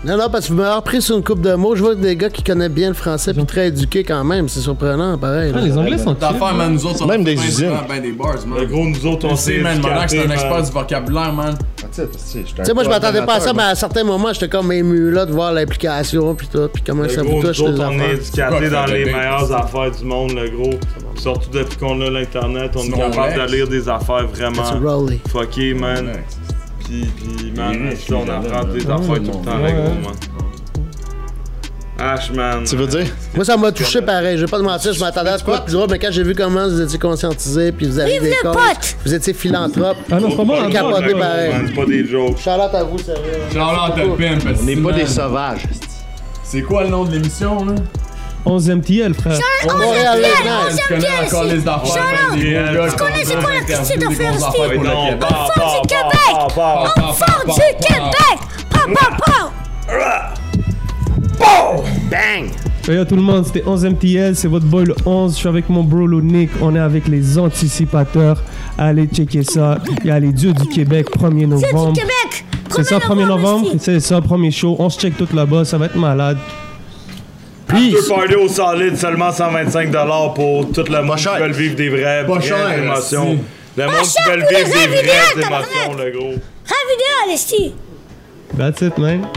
[SPEAKER 2] Non, non, parce que vous m'avez repris sur une coupe de mots. Je vois des gars qui connaissent bien le français puis très éduqués quand même. C'est surprenant, pareil.
[SPEAKER 1] Ah,
[SPEAKER 2] là.
[SPEAKER 1] les Anglais sont chill.
[SPEAKER 3] D'affaires, man, nous autres, on
[SPEAKER 6] Même des
[SPEAKER 3] fait
[SPEAKER 6] usines.
[SPEAKER 3] vraiment Ben des bars,
[SPEAKER 5] ça. Le
[SPEAKER 3] man.
[SPEAKER 5] gros, nous autres, on
[SPEAKER 3] On sait,
[SPEAKER 5] s'est
[SPEAKER 3] man, Monax, c'est un
[SPEAKER 5] éducatés,
[SPEAKER 3] expert
[SPEAKER 5] man.
[SPEAKER 3] du vocabulaire, man.
[SPEAKER 6] That's it. Tu sais, j'étais un
[SPEAKER 2] Tu sais, moi, je
[SPEAKER 6] peu
[SPEAKER 2] m'attendais pas à ça,
[SPEAKER 6] ordinateur,
[SPEAKER 2] mais à certains moments, j'étais comme ému là de voir l'implication puis tout, puis comment ça
[SPEAKER 5] Le
[SPEAKER 2] vous
[SPEAKER 5] gros,
[SPEAKER 2] touche
[SPEAKER 5] nous
[SPEAKER 2] les
[SPEAKER 5] autres, on est
[SPEAKER 2] enfants.
[SPEAKER 5] éducatés
[SPEAKER 3] C'est
[SPEAKER 5] dans
[SPEAKER 3] pas
[SPEAKER 5] les
[SPEAKER 3] le
[SPEAKER 5] meilleures affaires du monde, le gros. Surtout depuis qu'on a l'Internet, on est
[SPEAKER 3] Simon
[SPEAKER 5] capable
[SPEAKER 3] Lex.
[SPEAKER 5] de lire des affaires
[SPEAKER 2] C'est
[SPEAKER 5] vraiment
[SPEAKER 2] Rowley.
[SPEAKER 5] fuckées, man. Puis, puis, man,
[SPEAKER 3] Eric,
[SPEAKER 5] ça, on
[SPEAKER 3] il est
[SPEAKER 5] apprend
[SPEAKER 3] là,
[SPEAKER 5] des
[SPEAKER 3] là.
[SPEAKER 5] affaires
[SPEAKER 3] Ouais,
[SPEAKER 5] tout le
[SPEAKER 3] non,
[SPEAKER 5] temps,
[SPEAKER 1] ouais.
[SPEAKER 5] le gros, man. H, man.
[SPEAKER 6] Tu veux dire?
[SPEAKER 2] Moi, ça m'a touché pareil. Je vais pas te mentir, je m'attendais à ce quoi de plus drôle, mais quand j'ai vu comment vous étiez conscientisés puis vous avez
[SPEAKER 4] Vive
[SPEAKER 2] des
[SPEAKER 4] le
[SPEAKER 2] causes,
[SPEAKER 4] pote!
[SPEAKER 2] vous étiez philanthrope.
[SPEAKER 1] Ah non, c'est pas moi.
[SPEAKER 2] J'ai
[SPEAKER 1] la drogue,
[SPEAKER 2] capoté
[SPEAKER 1] là.
[SPEAKER 2] pareil.
[SPEAKER 5] Man, C'est pas des jokes.
[SPEAKER 2] Charlotte à vous, sérieux.
[SPEAKER 3] Charlotte
[SPEAKER 2] C'est cool.
[SPEAKER 3] Pimp.
[SPEAKER 6] On n'est pas des sauvages.
[SPEAKER 3] C'est quoi le nom de l'émission, là?
[SPEAKER 1] 11e TL, frère.
[SPEAKER 2] Montréal, les
[SPEAKER 3] Ah,
[SPEAKER 2] Knights.
[SPEAKER 3] tu connais
[SPEAKER 4] bien
[SPEAKER 3] encore
[SPEAKER 4] ici.
[SPEAKER 3] les hein, affaires.
[SPEAKER 4] Charlotte,
[SPEAKER 3] man, des gros gars qui
[SPEAKER 4] connais c'est
[SPEAKER 3] font
[SPEAKER 4] quoi la
[SPEAKER 3] des
[SPEAKER 4] Christie
[SPEAKER 3] interviews,
[SPEAKER 4] d'affaires
[SPEAKER 3] des grosses
[SPEAKER 4] hostile?
[SPEAKER 3] affaires pour le Québec.
[SPEAKER 4] fort du Québec! Fort du Québec! Pow, pow, pow!
[SPEAKER 1] Hey yo tout le monde, c'était 11 MTL, c'est votre boy le 11. Je suis avec mon bro le Nick. On est avec les anticipateurs. Allez checker ça. Il y a les dieux du Québec, 1er
[SPEAKER 4] Vive
[SPEAKER 1] novembre.
[SPEAKER 4] du Québec!
[SPEAKER 1] C'est ça, 1er novembre.
[SPEAKER 4] aussi.
[SPEAKER 1] C'est ça, premier show. On se check tout là-bas, ça va être malade. Puis,
[SPEAKER 5] Deux party au solide, seulement 125 pour tout le monde qui
[SPEAKER 6] cher.
[SPEAKER 5] veulent vivre des vraies, vraies
[SPEAKER 3] cher,
[SPEAKER 5] émotions. Le monde
[SPEAKER 4] cher
[SPEAKER 5] qui veulent
[SPEAKER 4] pour les
[SPEAKER 5] vivre des
[SPEAKER 4] invidés,
[SPEAKER 5] vraies
[SPEAKER 4] tabarnak.
[SPEAKER 5] émotions, le gros.
[SPEAKER 4] Ravidéal, Esti!
[SPEAKER 1] that's it, man.